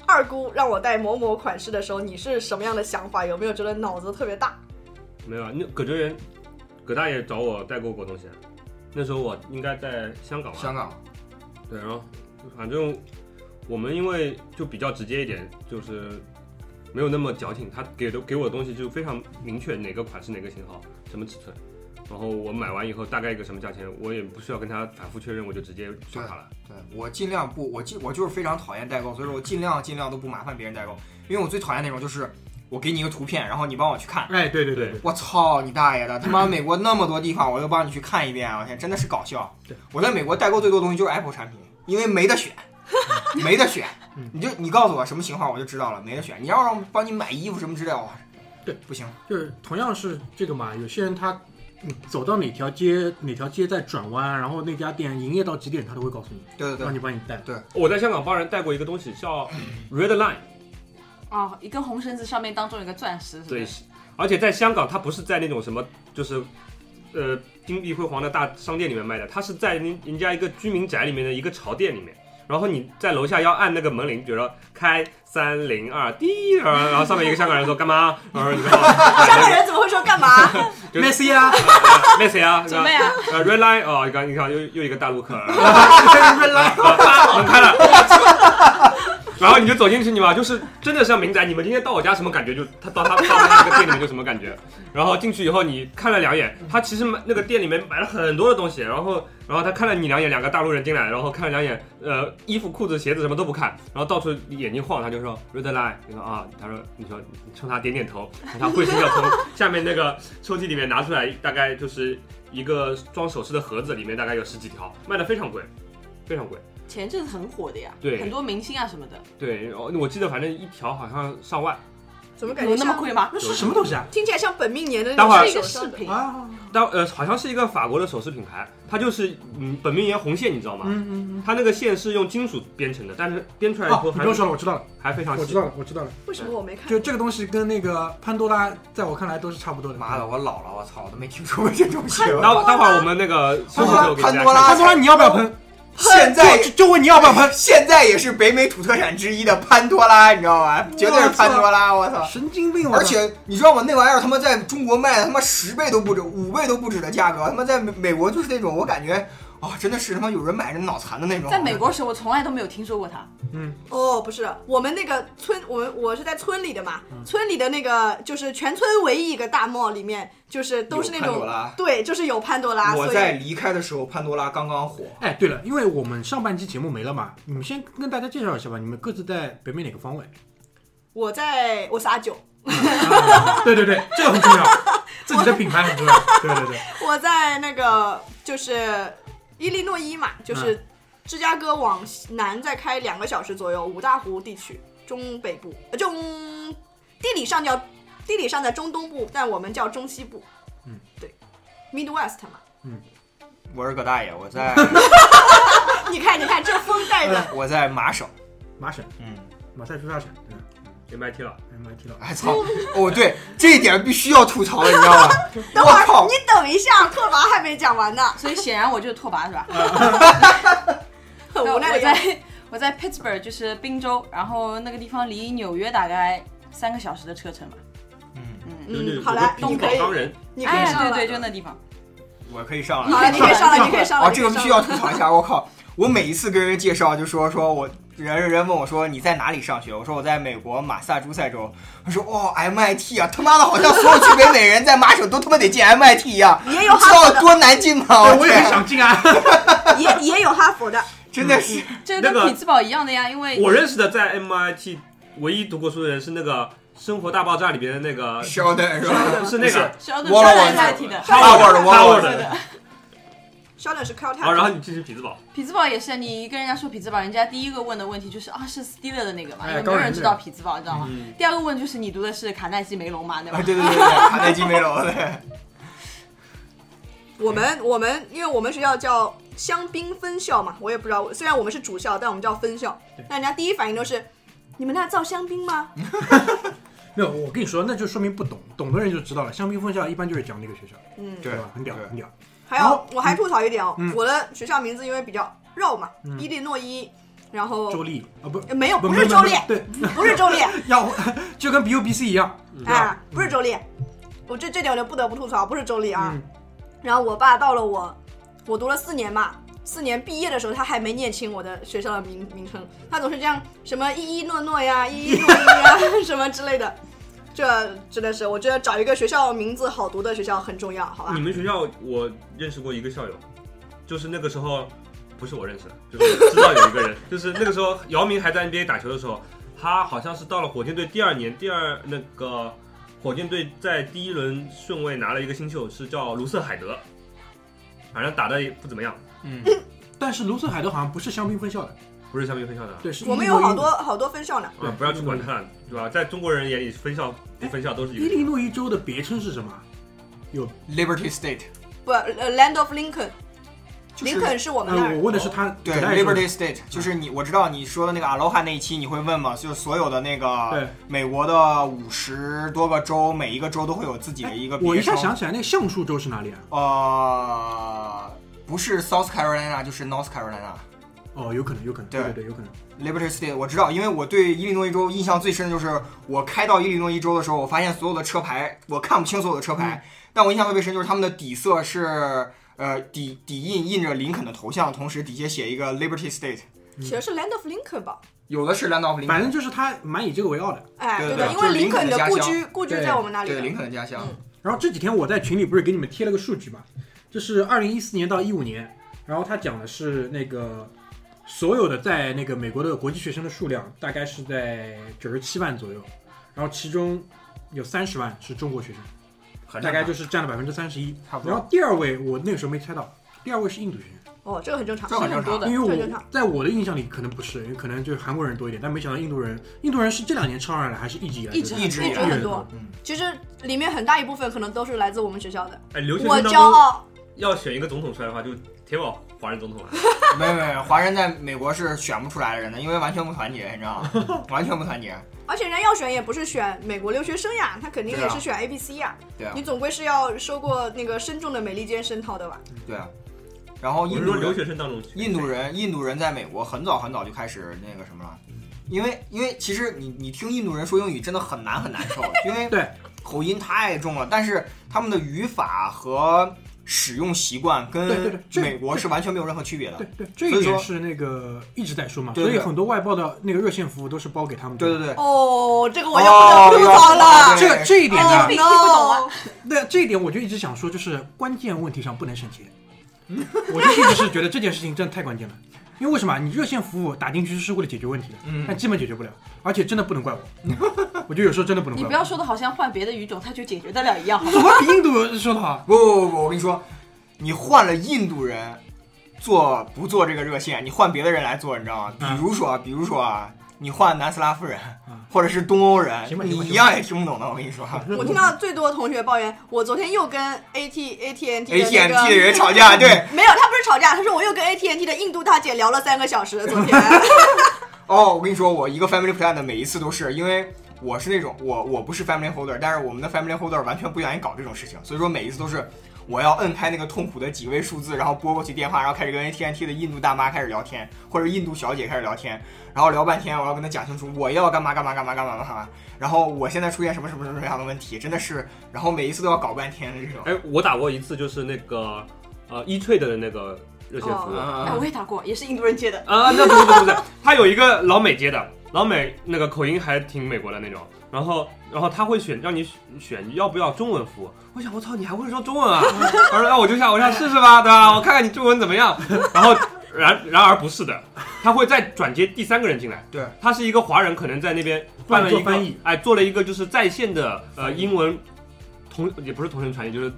二姑让我带某某款式的时候，你是什么样的想法？有没有觉得脑子特别大？
没有啊，那葛哲元、葛大爷找我代购过东西，啊那时候我应该在香港吧？
香港
对，然后反正我们因为就比较直接一点，就是没有那么矫情，他给的给我的东西就非常明确，哪个款式、哪个型号、什么尺寸，然后我买完以后大概一个什么价钱，我也不需要跟他反复确认，我就直接刷卡了。
对我尽量不，我尽我就是非常讨厌代购，所以说我尽量尽量都不麻烦别人代购，因为我最讨厌那种就是我给你一个图片，然后你帮我去看。
哎，对对对
对
对，
我操你大爷的！他妈美国那么多地方，我又帮你去看一遍，啊我天，真的是搞笑
对。
我在美国代购最多的东西就是 Apple 产品，因为没 得选，没得选
嗯。
你就你告诉我什么型号，我就知道了，没得选。你要让我帮你买衣服什么之类的，哇
对，
不行。
就是同样是这个嘛，有些人他你走到哪条街，哪条街在转弯，然后那家店营业到几点，他都会告诉你，
对对对
让，你帮你带。
我在香港帮人带过一个东西叫 Red Line，
哦，一根红绳子上面当中有个钻石，是
对
吧？，
而且在香港它不是在那种什么就是呃金碧辉煌的大商店里面卖的，它是在人人家一个居民宅里面的一个潮店里面。然后你在楼下要按那个门铃，比如说开三零二滴，然后然后上面一个香港人说干嘛？然后你说哦
香港人怎么会说干嘛？
对
Messi 啊，
那谁啊？
准备啊，
呃，Red Line 哦，你看你看又又一个大陆客，
Red Line
啊门开了。 然后你就走进去，你嘛就是真的像民宅。你们今天到我家什么感觉？就他到他到他那个店里面就什么感觉。然后进去以后，你看了两眼，他其实买那个店里面买了很多的东西。然后然后他看了你两眼，两个大陆人进来，然后看了两眼，呃，衣服、裤子、鞋子什么都不看，然后到处眼睛晃，他就说 Red Line。你说啊，他说你说你冲他点点头，他会心要从下面那个抽屉里面拿出来，大概就是一个装首饰的盒子，里面大概有十几条，卖的非常贵，非常贵。
前阵子很火的呀，
对
很多明星啊什么的，
对，然后我记得反正一条好像上万，
怎么感觉
有那么
像？
贵吗？
那是什么东西啊？
听起来像本命年的
待会
那
儿
种
是一
手
个
上
饰
的。
品，
啊，
但呃好像是一个法国的首饰品牌，它就是嗯本命年红线，你知道吗？
嗯嗯
它那个线是用金属编成的，但是编出
嗯。
来以
哦，
后
你
还、
不用说了，我知道了，
还非常
我
细
知道了，我知道了。
为什么我没看？
就这个东西跟那个潘多拉，在我看来都是差不多的。
妈的，，我老了，我操，我都没听说过这东西。
待会待会儿我们那个休息的时候给大家
潘多拉
潘多拉你要不要喷？
现在
就就问你要不要喷？
现在也是北美土特产之一的潘多拉，你知道吗？绝对是潘多拉，我操！
神经病！我操
而且你知道吗？那玩意儿他妈在中国卖的他妈十倍都不止，五倍都不止的价格，他妈在美美国就是那种我感觉啊、真的是他妈有人买着脑残的那种。啊
在美国的时候我从来都没有听说 过它，
哦，不是，我们那个村，我们我是在村里的嘛，村里的那个就是全村唯一一个大 mall 里面，就是都是那
有潘多
种
拉
对，就是有潘多拉，
我
所
在
以
离开的时候，潘多拉刚刚火。
哎，对了，因为我们上半期节目没了嘛，你们先跟大家介绍一下吧，你们各自在北美哪个方位？
我在我撒酒，
啊对对对，这个很重 要，自己的品牌很重要。对对对，
我在那个就是伊利诺伊嘛，就是芝加哥往南再开两个小时左右，五大湖地区中北部，呃中地理上叫地理上在中东部，但我们叫中西部。
嗯，
对，Midwest 嘛。
我是葛大爷，我 在
你看，你看这风 带的，
我在麻省，
麻省，
嗯。
马赛诸塞省，对吧
，MIT 了。
，MIT 了。
哎操！哦，对，这一点必须要吐槽的，你知道吗？
等
我
会儿
靠
你！等一下，拓跋还没讲完呢，
所以显然我就是拓跋是吧？
很
那
无
我
奈的样子。
在我在 Pittsburgh 就是宾州，然后那个地方离纽约大概三个小时的车程吧。
嗯，
嗯，
就是有
嗯，
个
好了，
冰
你
岛
可以，
当人，
你可以
哎，
上
对
了。
对，就那地方。
我可以上
好
了
了，。你可以上 了，你可以上了。
哦，
你
这
可
个
以
必须
上了
要吐槽一下，我靠！我每一次跟人介绍，就说说我人人问我说你在哪里上学，我说我在美国马萨诸塞州，他说哦 MIT 啊，他妈的好像所有去北美人在麻省都他妈得进 MIT 一样，
也有
你知
哈
道
佛
多难进吗？
哎我也
天
很想进啊！
的，也也有哈佛的。
真的是
这个
那
跟
个
匹兹堡一样的呀，因为
我认识的在 MIT 唯一读过书的人是那个《生活大爆炸》里边的那个，
Sheldon 是吧？
是那个
是要对
我老
来
我
MIT 的。
哈佛的，
哈
我
佛
的，
的。
肖冷是 Caltech，
好，然后你继续匹兹堡，
匹兹堡也是，你跟人家说匹兹堡，人家第一个问的问题就是啊，是 Steeler 的那个嘛，
哎
因为没
当
有
然
人知
对
道匹兹堡，你知道吗？第二个问就是你读的是卡耐基梅隆嘛，对吧
啊，？对对对对，卡耐基梅隆对。
我们我们因为我们学校叫香槟分校嘛，我也不知道，虽然我们是主校，但我们叫分校。那人家第一反应都是，你们那造香槟吗？
没有，我跟你说，那就说明不懂，懂的人就知道了。香槟分校一般就是讲那个学校，
嗯，
对
吧？很屌，
对
很屌。
还
然
有
后
我还吐槽一点哦
嗯，
我的学校名字因为比较绕嘛，伊利诺伊，然后
周丽啊，不，
呃没有
不
不是周丽，
对，
不是周列，
要就跟 BUBC 一样，对
啊
吧？，
不是周丽，我这这点我就不得不吐槽，不是周丽啊。
嗯
然后我爸到了我，我读了四年嘛，四年毕业的时候他还没念清我的学校的名名称，他总是这样什么依依诺诺呀、依依诺伊呀 什么之类的，这真的是我觉得找一个学校名字好读的学校很重要，好吧
嗯
你？们学校我认识过一个校友，就是那个时候不是我认识的，就是我知道有一个人，就是那个时候姚明还在 NBA 打球的时候，他好像是到了火箭队第二年，第二那个火箭队在第一轮顺位拿了一个新秀，是叫卢瑟海德，反正打的也不怎么样，
嗯，
但是卢森海德好像不是香槟分校的，
不是香槟分校的。
对，是
我们
伊
有
利诺伊
嗯
好多好多分校呢，
对
啊，不要去管他了，对吧？在中国人眼里，分校不分校都是一
伊
个。
利诺伊州的别称是什么？有
Liberty State，
不呃，Land of Lincoln，
就是嗯
林肯是我们哦那
呃，我
儿。
问的是他
对
葛大爷说的
Liberty State，就是你我知道你说的那个 Aloha 那一期你会问嘛，就是所有的那
对
个美国的五十多个州，每一个州都会有自己的一个
哎我一
别
下
称。
想起来，那个橡树州是哪里啊？
呃，不是 South Carolina 就是 North Carolina。
哦，有可能，有可能，对
对
对对，有可能。
Liberty State，我知道，因为我对伊利诺伊州印象最深的就是我开到伊利诺伊州的时候，我发现所有的车牌我看不清所有的车
嗯
牌，但我印象特别深就是他们的底色是呃底底印印着林肯的头像，同时底下写一个 Liberty State，
写的是 Land of Lincoln 吧？
有的是兰岛林
反
肯，
正就是他蛮以这个为傲的。
哎，
对
的，
对
因为
就是林
肯
肯的家
故
乡
居故居
对
在我们那里
对林
的。
肯的家乡。
嗯
然后这几天我在群里不是给你们贴了个数据嘛，就是二零一四年到一五年，然后他讲的是那个所有的在那个美国的国际学生的数量大概是在九十七万左右，然后其中有三十万是中国学生，
还
大概就是占了百分之三十一。
差不多
然后第二位我那个时候没猜到，第二位是印度学生，
哦，这个很正常
这。很
是
正
很多
常。
的，
因
这
为
正
我
常
在我的印象里可能不是，可能就是韩国人多一点，但没想到印度人，印度人是这两年超上来的，还是一直以来
一直
都
一直
是
一直
越来越
很多
嗯，
其实里面很大一部分可能都是来自我们学校的。
哎，留学
我
生当
骄
中
傲，
要选一个总统出来的话，就铁保华人总统啊。
没有没有没有，华人在美国是选不出来的人的，因为完全不团结，你知道吗？完全不团结。
而且人家要选也不是选美国留学生呀，他肯定
对
也
啊
是选 A B C 呀。
对啊
你总归是要受过那个深重的美利坚声讨的吧？
对啊，然后
我
印
是
度
说
人
留学生当中选，
印度人，印度人在美国很早很早就开始那个什么了，因为因为其实你你听印度人说英语真的很难很难受，因为
对
口音太重了，但是他们的语法和使用习惯
对对对
跟
这
美国是完全没有任何区别的。
对对，这
所
一
以
点
说
是那个一直在说嘛，
对
所以
对
很多外报的那个热线服务都是包给他们的。啊
对对对，
哦，这个我要不得吐槽了
哦。
这个这一点
哦
呢，
对对对听不懂啊
那这一点我就一直想说，就是关键问题上不能省钱。我就一直是觉得这件事情真的太关键了，因为为什么啊？你热线服务打进去是为了解决问题的，
嗯
但基本解决不了，而且真的不能怪我，我觉得有时候真的不能
你
怪
不
我。
要说的好像换别的语种它就解决得 了一样，好
怎
吗
么比印度说的好？
不不不不，我跟你说，你换了印度人做不做这个热线，你换别的人来做，你知道吗？比
嗯
如说啊，比如说啊，你换南斯拉夫人
嗯
或者是东欧人
行吧，行吧
你
行吧
一样也听不懂的，我跟 你说。
我听到最多的同学抱怨，我昨天又跟 A T A T N T
AT&T
那个
的人吵 架，对，
没有，他不是吵架，他说我又跟 AT&T N 的印度大姐聊了三个小时，昨 天
哦，我跟你说，我一个 family plan 的每一次都是因为我是那种我我不是 family holder，但是我们的 family holder 完全不愿意搞这种事情，所以说每一次都是我要摁开那个痛苦的几位数字，然后拨过去电话，然后开始跟 AT&T 的印度大妈开始聊天，或者印度小姐开始聊天，然后聊半天，我要跟她讲清楚我要干嘛干嘛干嘛干嘛干嘛，然后我现在出现什么什么什么样的问题，真的是，然后每一次都要搞半天的这种。
哎，我打过一次，就是那个呃一翠的那个热线服务。
哦
哎，我也打过，也是印度人接的，
啊，那不是不是不是，他有一个老美接的，老美那个口音还挺美国的那种，然后然后他会选让你选选要不要中文服务，我想我操你还会说中文啊， 我说那我就想我想试试吧，对吧？我看看你中文怎么样，然后然然而不是的，他会再转接第三个人进来，
对，
他是一个华人，可能在那边办了一
做
个
翻译，
哎，做了一个就是在线的呃英文同也不是同声传译，就是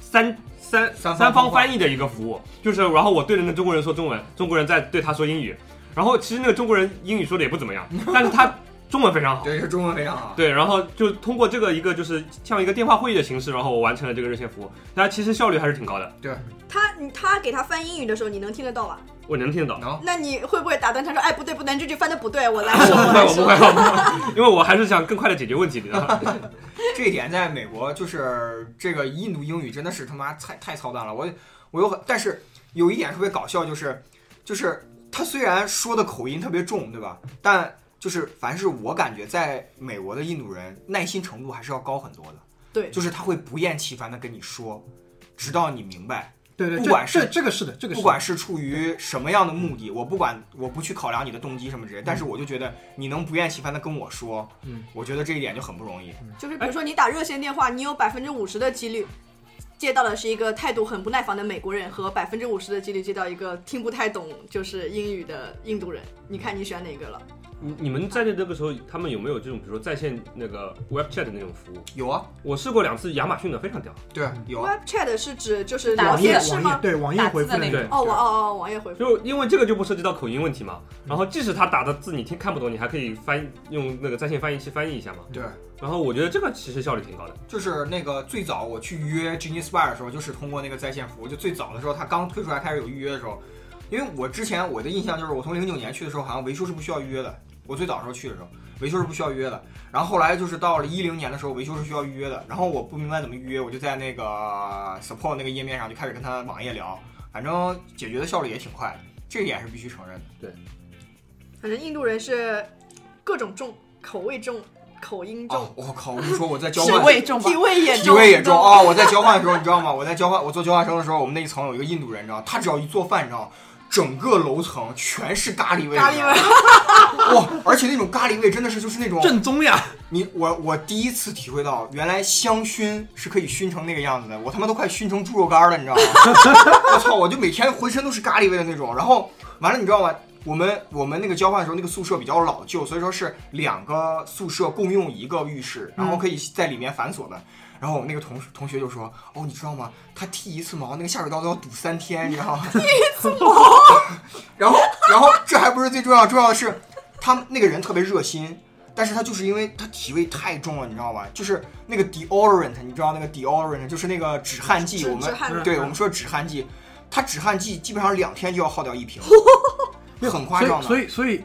三三
三方
三方
通话
翻译的一个服务，就是然后我对着那中国人说中文，中国人在对他说英语，然后其实那个中国人英语说的也不怎么 样，但是他中文非常好。
对，是中文非常好。
对，然后就通过这个一个就是像一个电话会议的形式，然后我完成了这个热线服务，那其实效率还是挺高的，
他你他给他翻英语的时候，你能听得到吗？
我能 听得懂。
能、
那你会不会打断他说，哎，不对不对，你这句翻的不对，我来
我
说，
不 会，
来
我不
说。
会，我不会，因为我还是想更快的解决问题的。
这一点在美国就是这个印度英语真的是他妈太太操蛋了。我我有很，但是有一点特别搞笑，就是就是他虽然说的口音特别重，对吧？但就是凡是我感觉在美国的印度人耐心程度还是要高很多的。
对
就是他会不厌其烦的跟你说，直到你明白。
对对，
不
这
管是
这这个是的，这个是
不管是出于什么样的目的，我不管，我不去考量你的动机什么之类，但是我就觉得你能不厌其烦的跟我说，
嗯，
我觉得这一点就很不容易。
就是
哎
比如说你打热线电话，你有百分之五十的几率接到的是一个态度很不耐烦的美国人，和百分之五十的几率接到一个听不太懂就是英语的印度人。你看你选哪个了？
你你们在那那个时候，他们有没有这种比如说在线那个 Web Chat 的那种服务？
有啊，
我试过两次亚马逊的，非常屌。
对，有啊，
Web Chat 是指就是
哦
聊
打字
网页
天
的
是
网页
吗？
对网页
打字
回复
的
那
那
个
对，
哦，我哦哦，网页回复。
就因为这个就不涉及到口音问题嘛，然后即使他打的字你听看不懂，你还可以翻用那个在线翻译器翻译一下嘛。
对，
然后我觉得这个其实效率挺高的。
就是那个最早我去约 Genius Bar 的时候，就是通过那个在线服务。就最早的时候，它刚推出来开始有预约的时候，因为我之前我的印象就是，我从零九年去的时候，好像维修是不需要预约的。我最早的时候去的时候，维修是不需要预约的。然后后来就是到了一零年的时候，维修是需要预约的。然后我不明白怎么预约，我就在那个 support 那个页面上就开始跟他网页聊，反正解决的效率也挺快的，这一点是必须承认的。
反正印度人是各种重，口味重，口音重
哦，，我靠！我跟你说，我在交
是
换。
味重吧
体？味也重，
体味也重
你
哦
啊、我在交换的时候，你知道吗？我在交换，我做交换生的时候，我们那一层有一个印度人，你知道吗，他只要一做饭，你知道吗，整个楼层全是咖喱味，
知道吗。咖喱味，
味哇！而且那种咖喱味真的是就是那种
正宗
哦
呀，
你我我第一次体会到，原来香薰是可以熏成那个样子的，我他妈都快熏成猪肉干了，你知道吗？ 我操！我就每天浑身都是咖喱味的那种。然后完了，你知道吗？我们我们那个交换的时候，那个宿舍比较老旧，所以说是两个宿舍共用一个浴室，
嗯
然后可以在里面反锁的。然后我们那个同同学就说：“哦，你知道吗？他剃一次毛，那个下水道都要堵三天，你知道吗？” 剃一次毛。然后然后这还不是最重要，重要的是他们那个人特别热心，但是他就是因为他体味太重了，你知道吧？就是那个 deodorant，你知道那个 deodorant 就是那个止汗剂，
止
我们
嗯
止
哦
汗
对我们说止汗剂，它止汗剂基本上两天就要耗掉一瓶， 很夸
所
张
以
的。
所以所以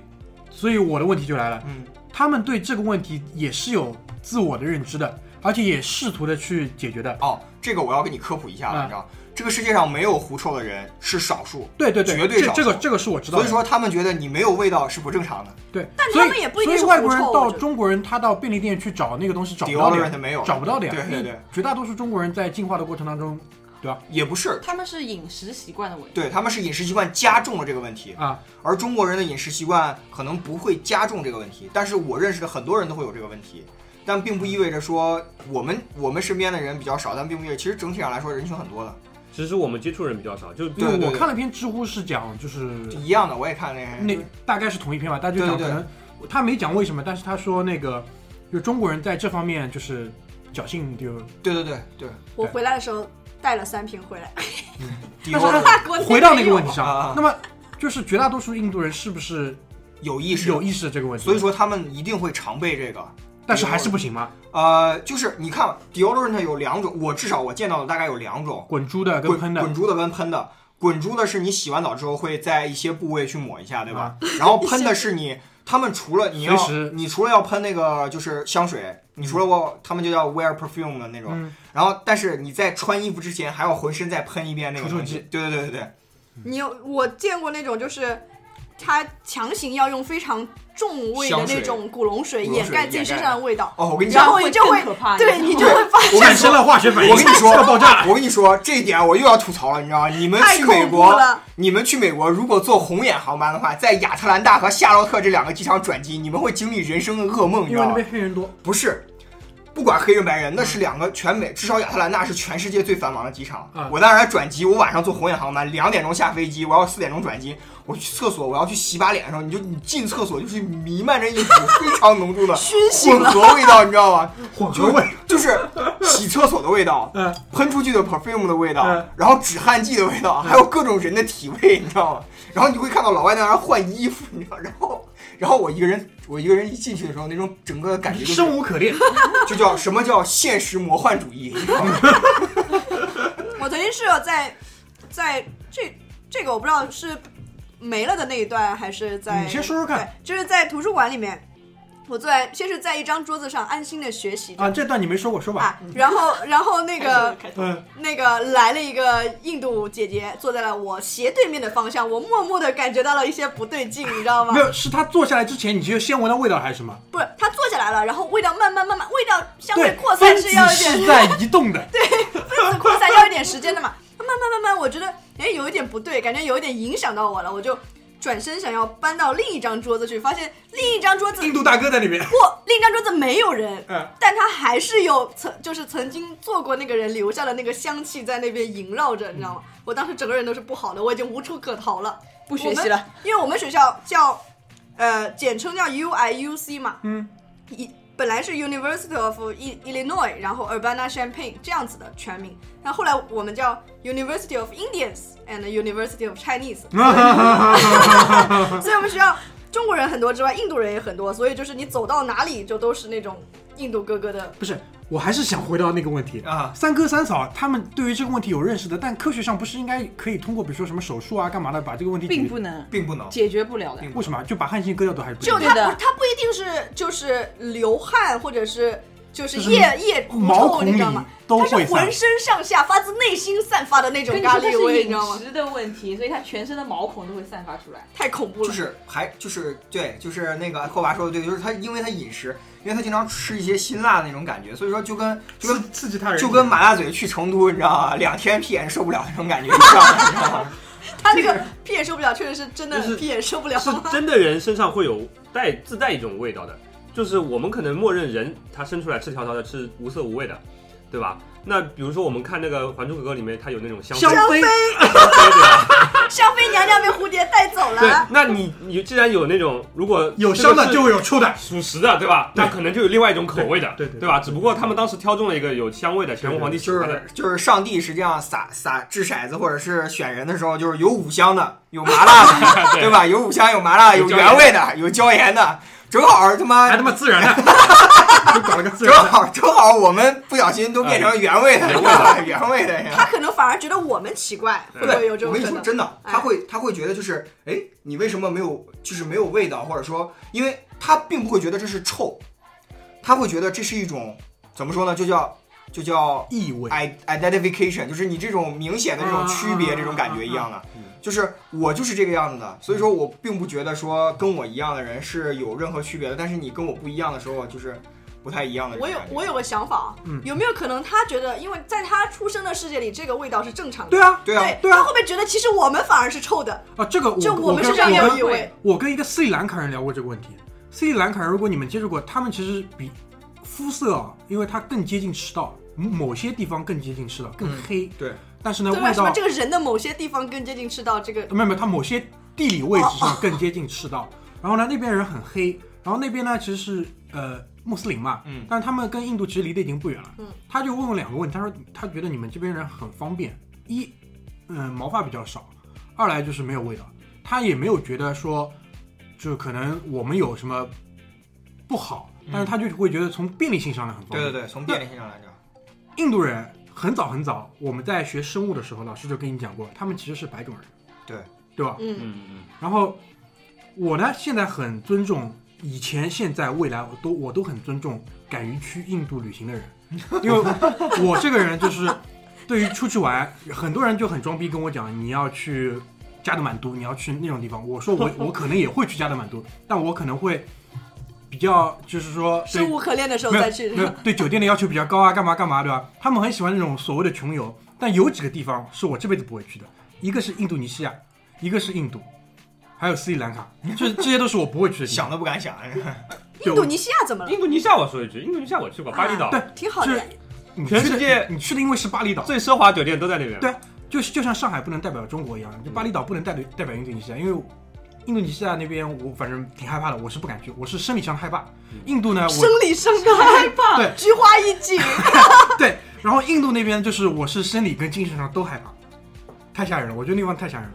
所以我的问题就来了，
嗯，
他们对这个问题也是有自我的认知的，而且也试图的去解决的。
哦，这个我要给你科普一下
嗯
了，你知道，这个世界上没有狐臭的人是少数，
对对对，
绝对
这
少
这个
数
这个是我知道
所
的。
以说他们觉得你没有味道是不正常的。
对，
但
所以
他们也不一
所
定
以
是
外
狐
国人
臭
到
我觉得
中国人，他到便利店去找那个东西找不到的呀
Deodorant 没有
找不到的呀。嗯
对对对，
绝大多数中国人在进化的过程当中
也不是，
他们是饮食习惯的问题。
对他们是饮食习惯加重了这个问题，
啊，
而中国人的饮食习惯可能不会加重这个问题，但是我认识的很多人都会有这个问题。但并不意味着说我们我们身边的人比较少，但并不意味着其实整体上来说人群很多的，
其实我们接触人比较少，就
因
对
为
对
我看了篇知乎是讲就是
就一样的。我也看那个
那大概是同一篇吧，大家就讲
嗯对
可
对对
能他没讲为什么，但是他说那个就中国人在这方面就是侥幸就，
对对对对，
我回来的时候带了三瓶回来，
但是
Dior
他
国内
回到那个问题
没有
上
啊，
那么就是绝大多数印度人是不是
有意识，
有意识这个问题？
所以，说他们一定会常备这个。
但是还是不行嘛，
呃，就是你看，deodorant 有两种，我至少我见到的大概有两种，
滚珠的跟
滚
喷的
滚珠的跟喷的。滚珠的是你洗完澡之后会在一些部位去抹一下，对
啊
吧？ 然后喷的是你，他们除了你要
随时，
你除了要喷那个就是香水，你除了我，他们就叫 wear perfume 的那种。
嗯
然后，但是你在穿衣服之前还要浑身再喷一遍那个
除臭
东西
剂。
对对对对对，
你有我见过那种就是他强行要用非常重味的
香水
那种古龙水
古龙水
掩盖自己
掩盖
身上的味道，
哦，我跟你
然
讲，
后你就会
会更可怕
对你就会发
啊我跟你
产
说
生，了化学反应，
我跟你说
要爆炸了。
我跟你说这一点，我又要吐槽了，你知道吗？你们
太
去美
恐怖
国，
了。
你们去美国如果坐红眼航班的话，在亚特兰大和夏洛特这两个机场转机，你们会经历人生的噩梦，
因
你知
为
道
那
吗？
边黑人多，
不是，不管黑人白人，那是两个全美，至少亚特兰大是全世界最繁忙的机场。
嗯
我当时还转机，我晚上坐红眼航班，两点钟下飞机，我要四点钟转机，我去厕所，我要去洗把脸的时候，你就你进厕所就是弥漫着一股非常浓重的
熏醒
混
了，
合味道，你知道吗？
啊 混合
就
味，
就是洗厕所的味道，
嗯，
喷出去的 perfume 的味道，
嗯
然后止汗剂的味道，还有各种人的体味，你知道吗？然后你会看到老外在那儿换衣服，你知道，然后，然后我一个人，我一个人一进去的时候，那种整个感觉就是
生无可恋。
就叫什么叫现实魔幻主义，你知道吗
我曾经是有在在这这个我不知道是没了的那一段，还是
嗯
在
你先说说看
对就是在图书馆里面，我坐在先是在一张桌子上安心的学习着
啊，这段你没说过，说吧。
啊，然后然后那个
开头
嗯，
那个来了一个印度姐姐，坐在了我斜对面的方向，我默默的感觉到了一些不对劲，你知道吗
没？有，是他坐下来之前，你就先闻到味道还是什么？
不是，她坐下来了，然后味道慢慢慢慢，味道香味
对，
扩
分
散
子
是要一哎点
是在移动 的。
分子扩散要一点时间的嘛。慢慢慢慢，我觉得哎有一点不对，感觉有一点影响到我了，我就转身想要搬到另一张桌子去，发现另一张桌子
印度大哥在那边。
不，另一张桌子没有人，
嗯
但他还是有曾就是曾经做过那个人留下的那个香气在那边萦绕着，你知道吗？我当时整个人都是不好的，我已经无处可逃了。
不学习了，
因为我们学校叫呃，简称叫 UIUC 嘛，
嗯，
一本来是 University of I- Illinois，然后 Urbana-Champaign 这样子的全名，但后来我们叫 University of Indians and University of Chinese，所以我们学校中国人很多之外，印度人也很多，所以就是你走到哪里就都是那种印度哥哥的。
不是，我还是想回到那个问题
啊
三哥三嫂他们对于这个问题有认识的，但科学上不是应该可以通过比如说什么手术啊、干嘛的把这个问题解决？
并不能
并不能。
解决不了的
并。
为什么就把汗腺割掉都还不
就
行
对
他
的
不，他不一定是就是流汗或者是就是
就是
腋腋狐
毛
臭，
孔
你知
里
道吗？
都
他是
会散
浑。身上下发自内心散发的那种
跟你
咖
说，它
喱味，
是
你知道吗
饮？食的问题，所以它全身的毛孔都会散发 出来。
太恐怖
就
了。
是还就是对，就是那个霍华说的对，就是他因为他饮食，因为他经常吃一些辛辣的那种感觉，所以说就跟就跟
刺刺激他人，
就跟马大嘴去成都，你知道吗？两天屁眼受不了那种感觉一样，你知道吗？
他那个屁眼受不了，确实是真的
就是
屁眼受不了。
是真的人身上会有带自带一种味道的，就是我们可能默认人他生出来赤条条的是无色无味的，对吧？那比如说我们看那个《还珠格格》里面，它有那种香
香
妃，
妃
对吧？
香妃娘娘被蝴蝶带走
对
了，，
那你你既然有那种如果
啊有香的就
这个
会有臭的，
是属实的，对吧？
对
那可能就有另外一种口味的，
对对对
对吧？只不过他们当时挑中了一个有香味的乾隆皇帝喜
就
欢的
是，就是上帝实际上撒撒掷骰子或者是选人的时候，就是有五香的，有麻辣的，对吧？有五香，有麻辣，
有
有
椒盐
原味的，有椒盐的，正好他妈
还他妈自然的， 就搞了个自
正
然的。
好正好我们不小心都变成原味的，
哎
对吧？原味的呀。
他可能反而觉得我们奇怪，会
对
不会有这
我跟
种
你
可
说
能？
真的，
哎
他会他会觉得就是，哎，你为什么没有就是没有味道，或者说，因为他并不会觉得这是臭，他会觉得这是一种怎么说呢，就叫就叫
异味，
i identification，就是你这种明显的这种区别，
啊
这种感觉一样的
嗯，
就是我就是这个样子的，所以说我并不觉得说跟我一样的人是有任何区别的，但是你跟我不一样的时候，就是不太一样的这
我
种
有
感觉。
我有个想法啊
嗯，
有没有可能他觉得，因为在他出生的世界里，这个味道是正常的？
对啊，
对啊，
对
他会不会觉得其实我们反而是臭的？
啊，这个我
就
我
们
跟
身
我
上也
跟
有异味。
我跟一个斯里兰卡人聊过这个问题。斯里兰卡人，如果你们接触过，他们其实比肤色啊，因为它更接近赤道，某些地方更接近赤道，更
嗯
黑。
对，
但是呢，
对吧？啊
味
什么
道
这个人的某些地方更接近赤道，这个
没有没有，它某些地理位置上更接近赤
哦
道。然后呢，那边人很黑，然后那边呢其实是呃穆斯林嘛，
嗯
但是他们跟印度其实离得已经不远了。
嗯，
他就问我两个问题，他说他觉得你们这边人很方便，一，嗯、毛发比较少，二来就是没有味道，他也没有觉得说，就可能我们有什么不好，但是他就会觉得从便利性上来很方便。
嗯对对对，从便利性上来讲，
印度人很早很早，我们在学生物的时候，老师就跟你讲过，他们其实是白种人，
对
对吧？
嗯，
嗯嗯
然后我呢，现在很尊重以前、现在、未来，我都我都很尊重敢于去印度旅行的人，因为我这个人就是对于出去玩，很多人就很装逼跟我讲你要去加德满都，你要去那种地方。我说我我可能也会去加德满都，但我可能会比较就是说对
生无可恋的时候
没有
再去
没。 有对酒店的要求比较高啊，干嘛干嘛，对吧？他们很喜欢那种所谓的穷游，但有几个地方是我这辈子不会去的，一个是印度尼西亚，一个是印度，还有斯里兰卡，这这些都是我不会去的地方。
想都不敢想。
对
印度尼西亚怎么
嗯，
了？
印度尼西亚我说一句，印度尼西亚我去过巴厘岛，
对
挺好的呀，
你去
全
的
世界
你去的因为是巴厘岛，
最奢华酒店都在那边，
对就是就像上海不能代表中国一样，就巴厘岛不能代表代表印度尼西亚，因为印度尼西亚那边我反正挺害怕的，我是不敢去，我是生理上害怕。印度呢，我
生理上的害怕
对，
菊花一紧，
对，然后印度那边就是我是生理跟精神上都害怕，太吓人了，我觉得那地方太吓人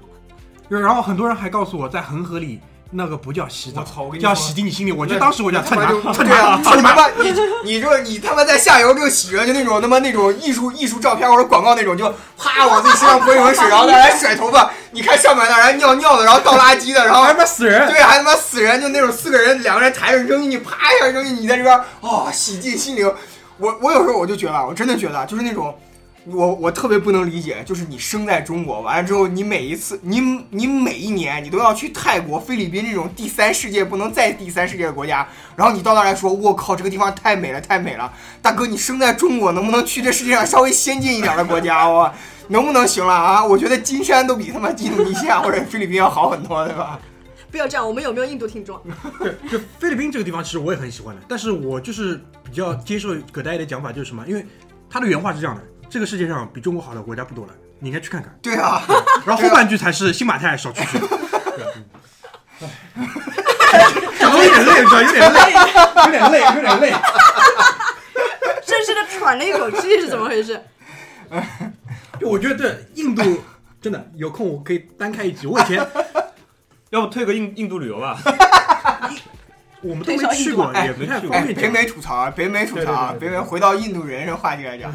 了。然后很多人还告诉我在恒河里那个不叫洗澡，
我操我跟你
叫
说
洗涤你心里，我就当时我 就要蹭
他妈
他
就，
蹭
对啊
他，，蹭
你
他
他。妈你你这你他妈在下游就洗着就那种他妈那种艺术艺术照片或者广告那种，就啪往自己身上泼一盆水，然后在那还甩头发，你看上面那人尿尿的，然后倒垃圾的，然后
还他妈死人！
对，还他妈死人，就那种四个人，两个人抬着扔进去，啪一下扔进去，你在这边哦，洗净心灵。我我有时候我就觉得啊，我真的觉得啊就是那种，我我特别不能理解，就是你生在中国，完了之后你每一次，你你每一年你都要去泰国、菲律宾这种第三世界不能再第三世界的国家，然后你到那儿来说，我靠，这个地方太美了，太美了，大哥，你生在中国，能不能去这世界上稍微先进一点的国家？我能不能行了啊？我觉得金山都比他妈印度尼西亚或者菲律宾要好很多，对吧？
不要这样。我们有没有印度 听众？
就菲律宾这个地方，其实我也很喜欢的，但是我就是比较接受葛大爷的讲法，就是什么？因为他的原话是这样的：这个世界上比中国好的国家不多了，你应该去看看。
对啊。
然后后半句才是新马泰少去去。点累，主要 有点累，有点累，有点累。
正式的喘了一口气是怎么回事？
就我觉得印度真的有空我可以单开一集。我以前
要不推个印印度旅游 吧？
我们都没去过，也没太
哎
方，便
北
讲。
美吐槽，啊，北美吐槽，啊，
哦对对对对嗯
北美回到印度人这话题来讲。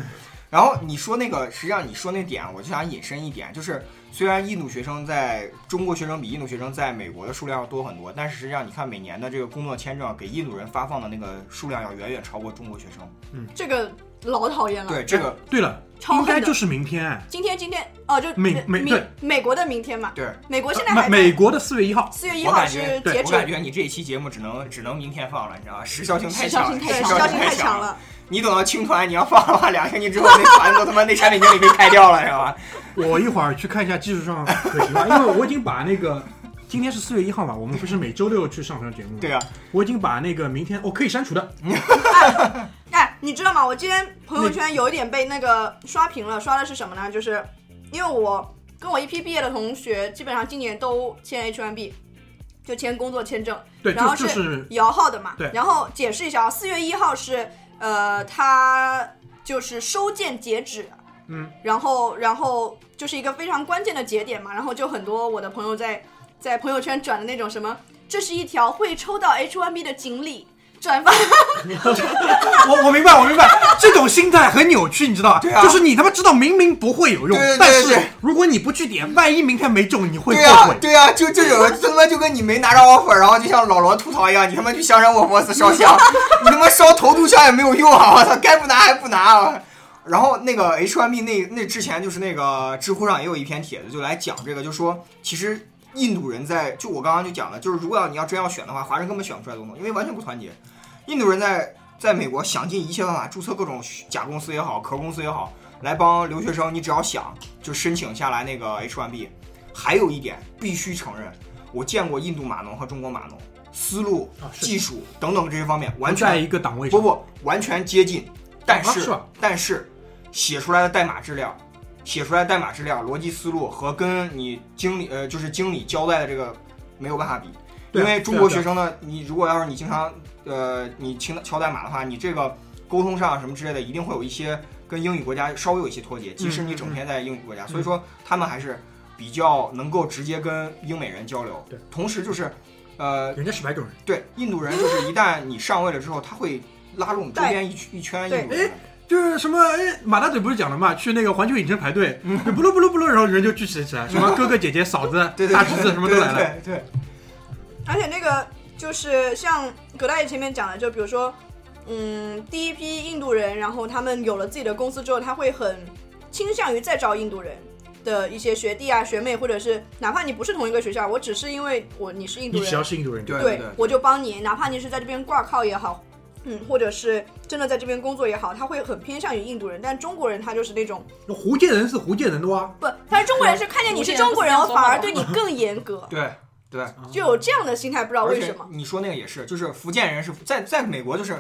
然后你说那个，实际上你说那点，啊我就想引申一点，就是虽然印度学生在中国学生比印度学生在美国的数量要多很多，但是实际上你看每年的这个工作签证给印度人发放的那个数量要远远超过中国学生。
这个老讨厌了。
啊对，这个
对了，
超
应
恨
该
的。
就是明天，啊
今天今天哦，就
美美
美
对
美国的明天嘛。
对，
美国现在
美
还
美国的四月一号。
四月一
我
号
感
是
觉
对
截
我
止，
感觉你这一期节目只能只能明天放了，你知道吧？时效性太
时
强
效
了，
性太
时
时
效
效
性
性
太
太
强
强
了。
了。
你等到青团你要放的话，两个星期之后那团都他妈那产品经理被开掉了，是吧？
我一会儿去看一下技术上可行吗？因为我已经把那个今天是四月一号嘛，我们不是每周六去上传节目吗？
对啊，
我已经把那个明天哦可以删除的，
哎，你知道吗？我今天朋友圈有一点被那个刷屏了，刷的是什么呢？就是因为我跟我一批毕业的同学，基本上今年都签 H1B，就签工作签证。
对，
然
就
后
就是
摇号的嘛。
对
然后解释一下啊，四月一号是呃，它就是收件截止，
嗯，
然后然后就是一个非常关键的节点嘛，然后就很多我的朋友在在朋友圈转的那种什么，这是一条会抽到 H1B 的锦鲤。转发
我我明白我明白，这种心态很扭曲，你知道吧？
对啊
就是你他妈知道明明不会有用，
对对对
但是
对
如果你不去点，万一明天没中，你会
对
后
呀、
悔。
对呀、就就有的他妈就跟你没拿着 offer，然后就像老罗吐槽一样，你他妈去香山我佛寺烧香，你他妈烧头炷香也没有用啊！我操，该不拿还不拿啊！然后那个 H1B 那那之前就是那个知乎上也有一篇帖子，就来讲这个，就说其实印度人在就我刚刚就讲了，就是如果要你要真要选的话，华人根本选不出来总统，因为完全不团结。印度人在在美国想尽一切办法注册各种假公司也好，壳公司也好，来帮留学生，你只要想就申请下来那个 H1B。还有一点必须承认，我见过印度码农和中国码农，思路、
啊是
技术等等这些方面完
不在
全
一个档位
不
上，
不完全接近，但
啊是
是、
吧
但是写出来的代码质量。写出来的代码质量、逻辑思路和跟你经理呃，就是经理交代的这个没有办法比，
对
因
啊
为中国
对啊
学生呢，你如果要是你经常呃你敲敲代码的话，你这个沟通上什么之类的，一定会有一些跟英语国家稍微有一些脱节，即使你整天在英语国家，
嗯
所以说他们还是比较能够直接跟英美人交流。
对，
同时就是呃
人家是白种人，
对印度人，就是一旦你上位了之后，他会拉拢周边一一圈
对
印度人。
就是什么哎，马大嘴不是讲了嘛，去那个环球影城排队，就不噜不噜不噜，然后人就聚集起来，什么哥哥姐姐、嫂子、
对对对，
大侄子什么都来了。
对对对，
而且那个就是像葛大爷前面讲的，就比如说，嗯，第一批印度人，然后他们有了自己的公司之后，他会很倾向于再招印度人的一些学弟啊、学妹，或者是哪怕你不是同一个学校，我只是因为我你是印度
你
人
只，要是印度人，
对
对，我就帮你，哪怕你是在这边挂靠也好，嗯，或者是真的在这边工作也好，他会很偏向于印度人，但中国人他就是那种
福建人是福建人的哇，
不，但是中国人是看见你是中国人，反而对你更严格，
对对。
就有这样的心态，不知道
而
为
且
什么。
你说那个也是，就是福建人是在在美国就是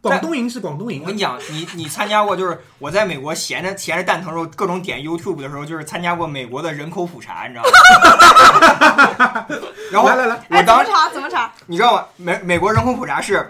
广东营是广东营
我跟你讲，你你参加过就是我在美国闲着闲着蛋疼的时候，各种点 YouTube 的时候，就是参加过美国的人口普查，你知道吗？ 然后
来来来，
我
哎，怎
当
么查？怎么查？
你知道吗？美美国人口普查是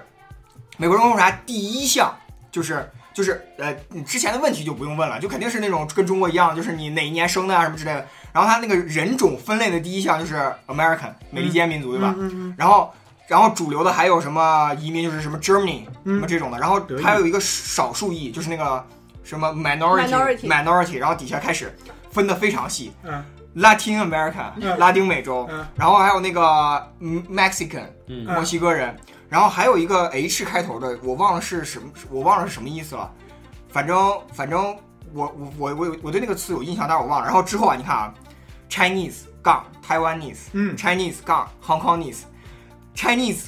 美国人口普查第一项，就是就是呃，你之前的问题就不用问了，就肯定是那种跟中国一样，就是你哪一年生的啊什么之类的。然后他那个人种分类的第一项就是 American 美利坚民族，对吧？
嗯嗯
然后然后主流的还有什么移民，就是什么 Germany 什
嗯
么这种的，然后
德裔
还有一个少数裔，就是那个什么 minority
Minority
minority，然后底下开始分的非常细
嗯
，Latin America
嗯
拉丁美洲，
嗯
然后还有那个嗯 Mexican
嗯
墨西哥人，然后还有一个 H 开头的，我忘了是什么，我忘了是什么意思了，反正反正我我我我我对那个词有印象，但是我忘了。然后之后啊，你看啊，Chinese 杠 Taiwanese。
嗯，
Chinese 杠 Hong Kongese，Chinese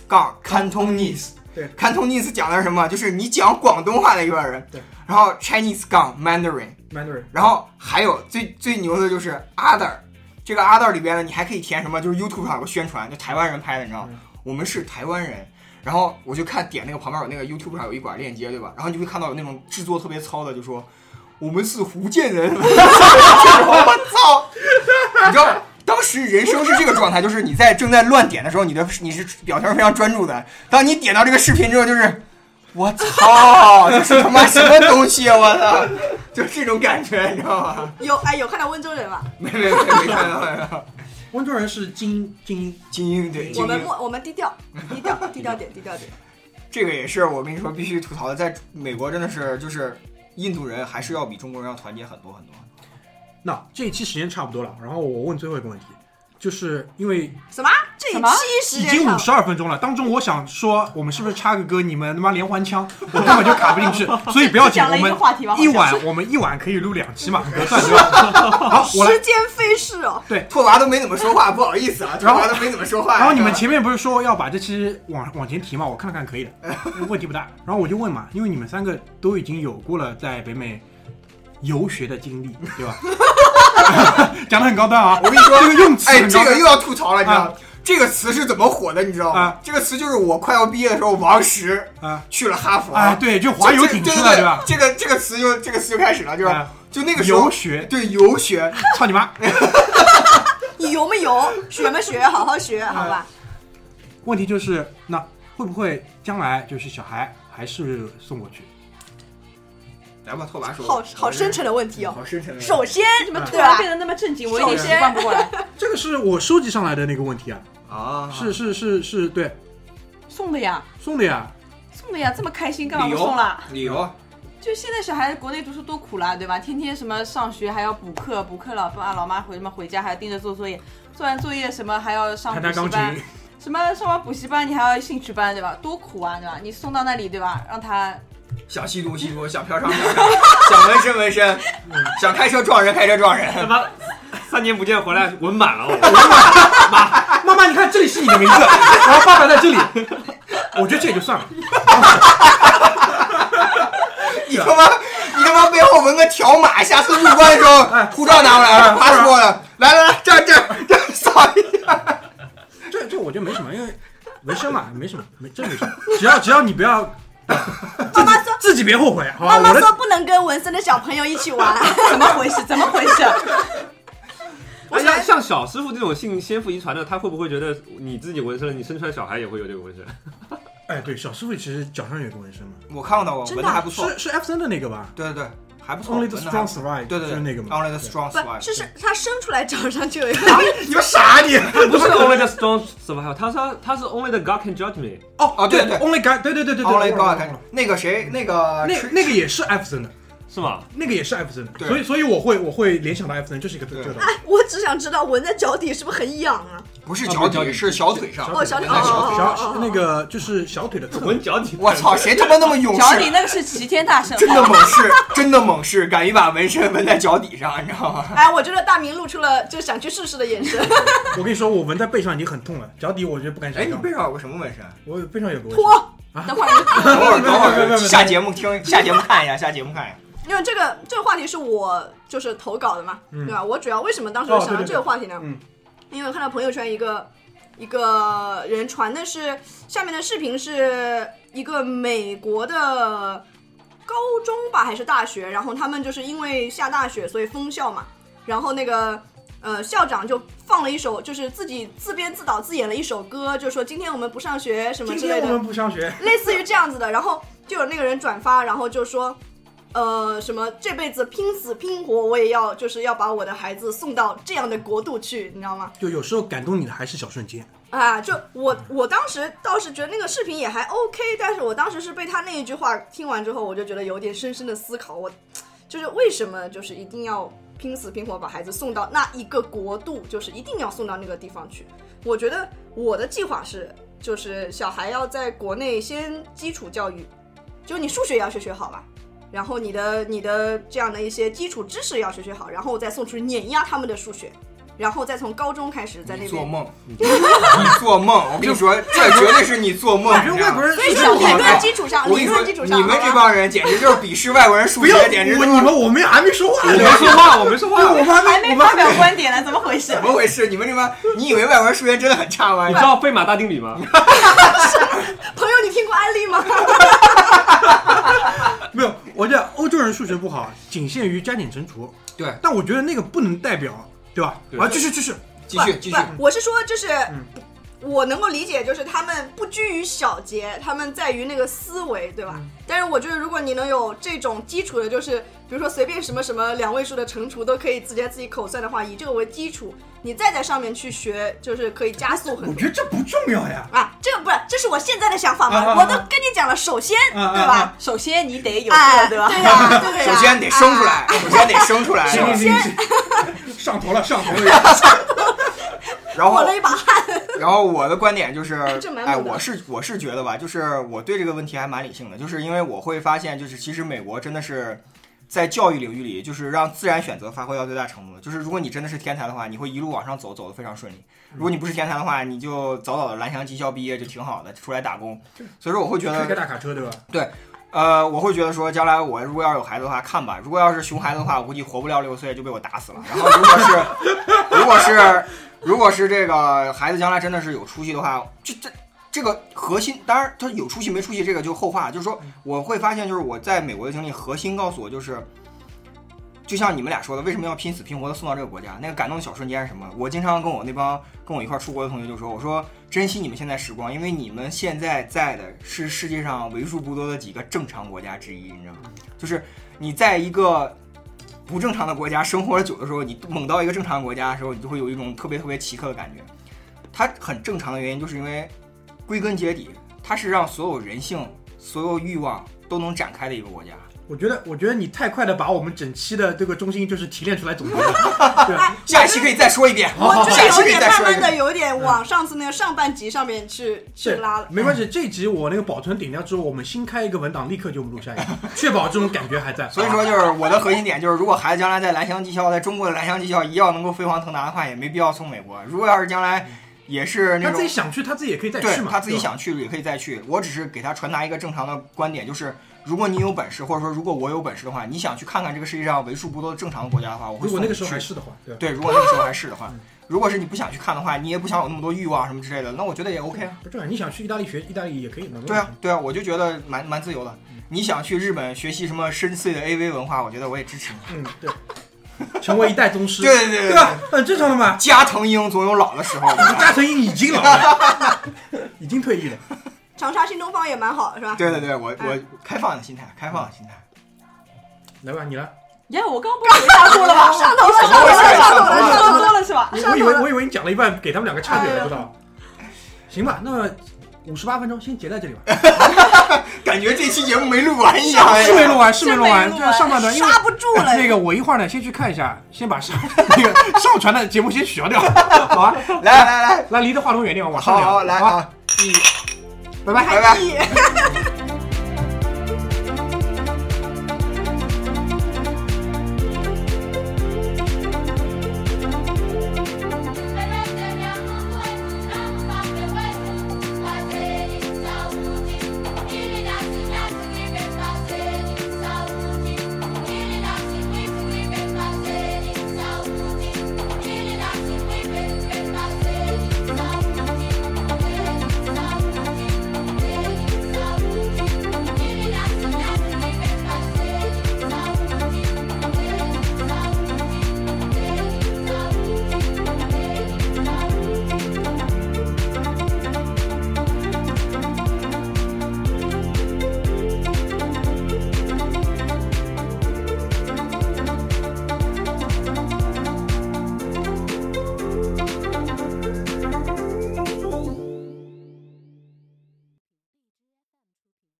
杠 Cantonese。
对
，Cantonese 讲的是什么？就是你讲广东话的一帮人。
对，
然后 Chinese 杠 Mandarin，
曼多人，
然后还有最最牛的就是 Other，这个 Other 里边呢，你还可以填什么？就是 YouTube 上有个宣传，就台湾人拍的，你知道吗？
嗯
我们是台湾人。然后我就看点那个旁边有那个 YouTube 上有一管链接，对吧？然后你就会看到有那种制作特别糙的，就说我们是福建人。我操！你知道，当当时人生是这个状态，就是你在正在乱点的时候，你的你是表情非常专注的。当你点到这个视频之后，就是我操，这是他妈什么东西啊！我操， 就这种感觉，你知道吗？
有哎有看到温州人吗？
没没没没看到，没看到。
温州人是精精英，
精英对，精
我
英
们默我们低调低调低调点低调点。
这个也是我跟你说必须吐槽的，在美国真的是就是印度人还是要比中国人要团结很多很多。
那这一期时间差不多了，然后我问最后一个问题，就是因为
什么？这
什么
一期时
已
间
经
上
五十二分钟了，当中我想说我们是不是插个歌，你们他妈连环枪，我根本就卡不进去， 所以不要紧，
讲
我
了一
们
个话题吧，
一晚我们一晚可以录两期嘛，合算是 吧好，我来
时。间飞逝哦，
拓娃都没怎么说话，不好意 思啊，拓
然后
娃都没怎么说话。
然后你们
知
前面不是说要把这期往往前提嘛？我看了看可以的，问题不大。然后我就问嘛，因为你们三个都已经有过了在北美游学的经历，对 吧？讲的很高端啊，
道吗，我跟你说，
这个用词
哎，
很
这
高
个
端。
又要吐槽了，你知道吗
啊？
这个词是怎么火的？你知道吗
啊？
这个词就是我快要毕业的时候，王石
啊
去了哈佛，
哎，对，就滑游艇
这
去
这
了，对吧？
这个这个词就这个词就开始了，就是
啊
就那个时候
游学，
对游学，
操你妈！
你游没游？学没学？好好学，好吧。
问题就是，那会不会将来就是小孩还是送过去？
来吧，拓娃
哎
说吧，
好好深沉的问题哦。
好深沉。
首先，
怎么突
对啊
然
吧？
变得那么正经？我有点
首
习
先
惯不过来。
这个是我收集上来的那个问题啊，
啊，
是是是是，对，
送的呀，
送的呀，
送的呀，这么开心干嘛不送啦？
理由
就现在小孩子国内读书多苦啦，对吧？天天什么上学还要补课，补课老爸老妈回什么回家还要盯着做作业，做完作业什么还要上
弹
补
弹
习
钢
班
琴，，
什么上完补习班你还要兴趣班，对吧？多苦啊，对吧？你送到那里，对吧？让他
想吸毒吸毒，想嫖娼嫖娼，想纹身纹身，
嗯
想开车撞人开车撞人。
他妈三年不见回来纹满了我。
妈妈，你看这里是你的名字， 然后爸爸在这里，我觉得这也就算了。
你他妈，你他妈背后纹个条码，下次入关的时候，护照拿过来
哎
，passport，来来来，这儿这儿这儿扫一下。
这这我觉得没什么，因为纹身嘛，没什么，没真没 什么。只要只要你不 要，
妈妈说，
自己别后悔，好吧？
妈
我
妈
的
说不能跟纹身的小朋友一起 玩，
怎么回事？怎么回事？
哎呀，像小师傅这种性先父遗传的，他会不会觉得你自己纹身了，你生出来小孩也会有这个纹身？
哎，对，小师傅其实脚上有个纹身嘛，
我看到过，
真
纹
的啊
的还不错。
是是 F 三的那个吧
对对对，还不错。
？Only the
纹得还
strong
不错
survive，
对对
就是
对，
那个嘛。
Only the strong
不
survive。
是是他生出来脚上就有一个，
啊
你们傻你？
不 是 only the strong survive，他是他是 only the God can judge me。
哦
哦对对
，Only God，对对对对对
Only
忘了
God
忘了
那个谁，那个
那那个也是 F 三的，
是吗？
那个也是 F 三的，
对
所以所以我会我会联想到 F 三就是一个这
对
个东西。
哎， 我只想知道纹在脚底是不是很痒啊？
不是
哦
脚
不是脚
底，
底
是小腿上。
哦，小腿，
纹在小腿
小
哦
小
哦
那个就是小腿的侧
纹脚底。
我 操，！谁他妈那么勇
脚底
士？
那个是齐天大圣，
真的猛士，真的猛士，敢于把纹身纹在脚底上，你知道吗？
哎，我觉得大明露出了就想去试试的眼神，
我跟你说，我纹在背上已经很痛了，脚底我觉得不敢想
哎，你
象。
背上有个什么纹身？
我背上有个纹身。
脱。
等会儿
等会儿，等
没有没有
会
没
儿，
有没有
下节目听，下节目看一下，下节目看一下。
因为这个这个话题是我就是投稿的嘛，对吧？我主要为什么当时
嗯哦
想到
对对
这个话题呢？
嗯
因为我看到朋友圈一个一个人传的是下面的视频是一个美国的高中吧还是大学，然后他们就是因为下大雪所以封校嘛，然后那个呃校长就放了一首就是自己自编自导自演了一首歌，就说今天我们不上学什么
今
之类
天我
的，
们不上学，
类似于这样子的，然后就有那个人转发，然后就说，呃，什么这辈子拼死拼活我也要，就是要把我的孩子送到这样的国度去，你知道吗？
就有时候感动你的还是小瞬间。
啊，就我我当时倒是觉得那个视频也还 OK，但是我当时是被他那一句话听完之后，我就觉得有点深深的思考，我就是为什么就是一定要拼死拼活把孩子送到那一个国度，就是一定要送到那个地方去。我觉得我的计划是，就是小孩要在国内先基础教育，就是你数学也要学学好吧。然后你的你的这样的一些基础知识也要学学好，然后我再送出去碾压他们的数学，然后再从高中开始在那
你
边
做梦，你做梦！我跟你说，这绝对是你做梦。
我觉得外国人
所以
是
说
这
理
样
论
的。
基础上，
我跟
理
你说，
论基础上，
你们这帮人简直就是鄙视外国人数
不要
学，简直
我
他
你
妈
们我们还没说话
我没
呢，
说话，我没说话。
我们
还
还没
没
我们
发
还
表
没
观点呢，怎么回事
怎？么回事？你们这帮，你以为外国人数学真的很差吗
你？知道费马大定理吗？
朋友，你听过安利吗？
没有。我觉得欧洲人数学不好，仅限于加减乘除。
对
但我觉得那个不能代表，对吧？
对
啊，继续继续，
继续继续，
不，我是说就是。
嗯
我能够理解，就是他们不拘于小节，他们在于那个思维，对吧？
嗯
但是我觉得，如果你能有这种基础的，就是比如说随便什么什么两位数的乘除都可以直接自己口算的话，以这个为基础，你再在上面去学，就是可以加速很
我
多。
觉得这不重要呀。
啊，这个不是，这是我现在的想法嘛？
啊啊啊
我都跟你讲了，首先，
啊啊啊
对吧？
首先你得有
哎，
个，
对
对
呀、
吧？
对呀、
首先得生出
啊。
来，首先得生出来，
行行行行， 上头了上头了，
然
抹
后
了一把汗，
然后我的观点就是，
这蛮
哎，
猛的
我是我是觉得吧，就是我对这个问题还蛮理性的，就是因为我会发现，就是其实美国真的是在教育领域里，就是让自然选择发挥到最大程度。就是如果你真的是天才的话，你会一路往上走，走得非常顺利；如果你不是天才的话，你就早早的蓝翔技校毕业就挺好的，出来打工。所以说我会觉
开
得
个大卡车对吧？
呃，我会觉得说，将来我如果要有孩子的话，看吧。如果要是熊孩子的话，我估计活不了六岁就被我打死了。 然后如果是，如果是，如果是这个孩子将来真的是有出息的话，这这这个核心，当然他有出息没出息这个就后话。就是说，我会发现，就是我在美国的经历，核心告诉我就是，就像你们俩说的，为什么要拼死拼活的送到这个国家？那个感动的小瞬间是什么？我经常跟我那帮跟我一块儿出国的同学就说，我说珍惜你们现在时光，因为你们现在在的是世界上为数不多的几个正常国家之一，你知道吗？就是你在一个不正常的国家生活久的时候，你猛到一个正常的国家的时候，你就会有一种特别特别奇特的感觉。它很正常的原因，就是因为归根结底，它是让所有人性、所有欲望都能展开的一个国家。
我觉得我觉得你太快的把我们整期的这个中心就是提炼出来总结 了，对，
哎，
下一期可以再说一遍，
我
好
这
下
个
一期
有
可以
点
再
慢
说一
慢
遍。
的有点往上次那个上半集上面去去
是
拉了。
没关系，这集我那个保存顶掉之后，我们新开一个文档，立刻就录下一 个，确保这种感觉还在。啊
所以说，就是我的核心点就是，如果孩子将来在蓝翔技校，在中国的蓝翔技校一样能够飞黄腾达的话，也没必要送美国。如果要是将来也是那
他
种
自己想去，他自己也可以再
对
去嘛，
他自己
对吧。
想去也可以再去。我只是给他传达一个正常的观点，就是如果你有本事，或者说如果我有本事的话，你想去看看这个世界上为数不多的正常的国家的话，我会
如果
送
那
你
个时候
去
还。是的嗯话，对吧，
对，如果那个时候还是的话，如果是你不想去看的话，你也不想有那么多欲望什么之类的，那我觉得也 OK 啊。
不重要。你想去意大利学，意大利也可以嘛。
对啊，对啊，我就觉得蛮蛮自由的。
嗯
你想去日本学习什么深邃的 AV 文化，我觉得我也支持你。
嗯， 对，成为一代宗师，
对对对对
对吧？很正常的嘛。
加藤鹰总有老的 时候，
大成鹰已经老了， 已经退役了。
长沙新东方也蛮好，是吧？
对对对，我我
嗯
开放的心态，开放的心态。
来吧，你来。
呀，我刚刚不是回答过了吗？
上头了，上
么
头
回事
了，上头
上头
了，
了
上头
上
了。
桌了是吧？
我
上
我以
头
为
了
我以为你讲了一半，给他们两个插嘴
哎
了，
呀
不知道。行吧，那么五十八分钟先截在这里吧。
感觉这期节目没录完一样。
是没录完，是没录完，
是没录
就
完
是上半段，因为
刹不住了
那个我一会儿呢，先去看一下，先把上 那个上传的节目先取消掉，好吧？
来来来，
来，离着话筒远点，往上
好
聊，
好来
好吧，
啊，一
拜拜。
拜拜
哎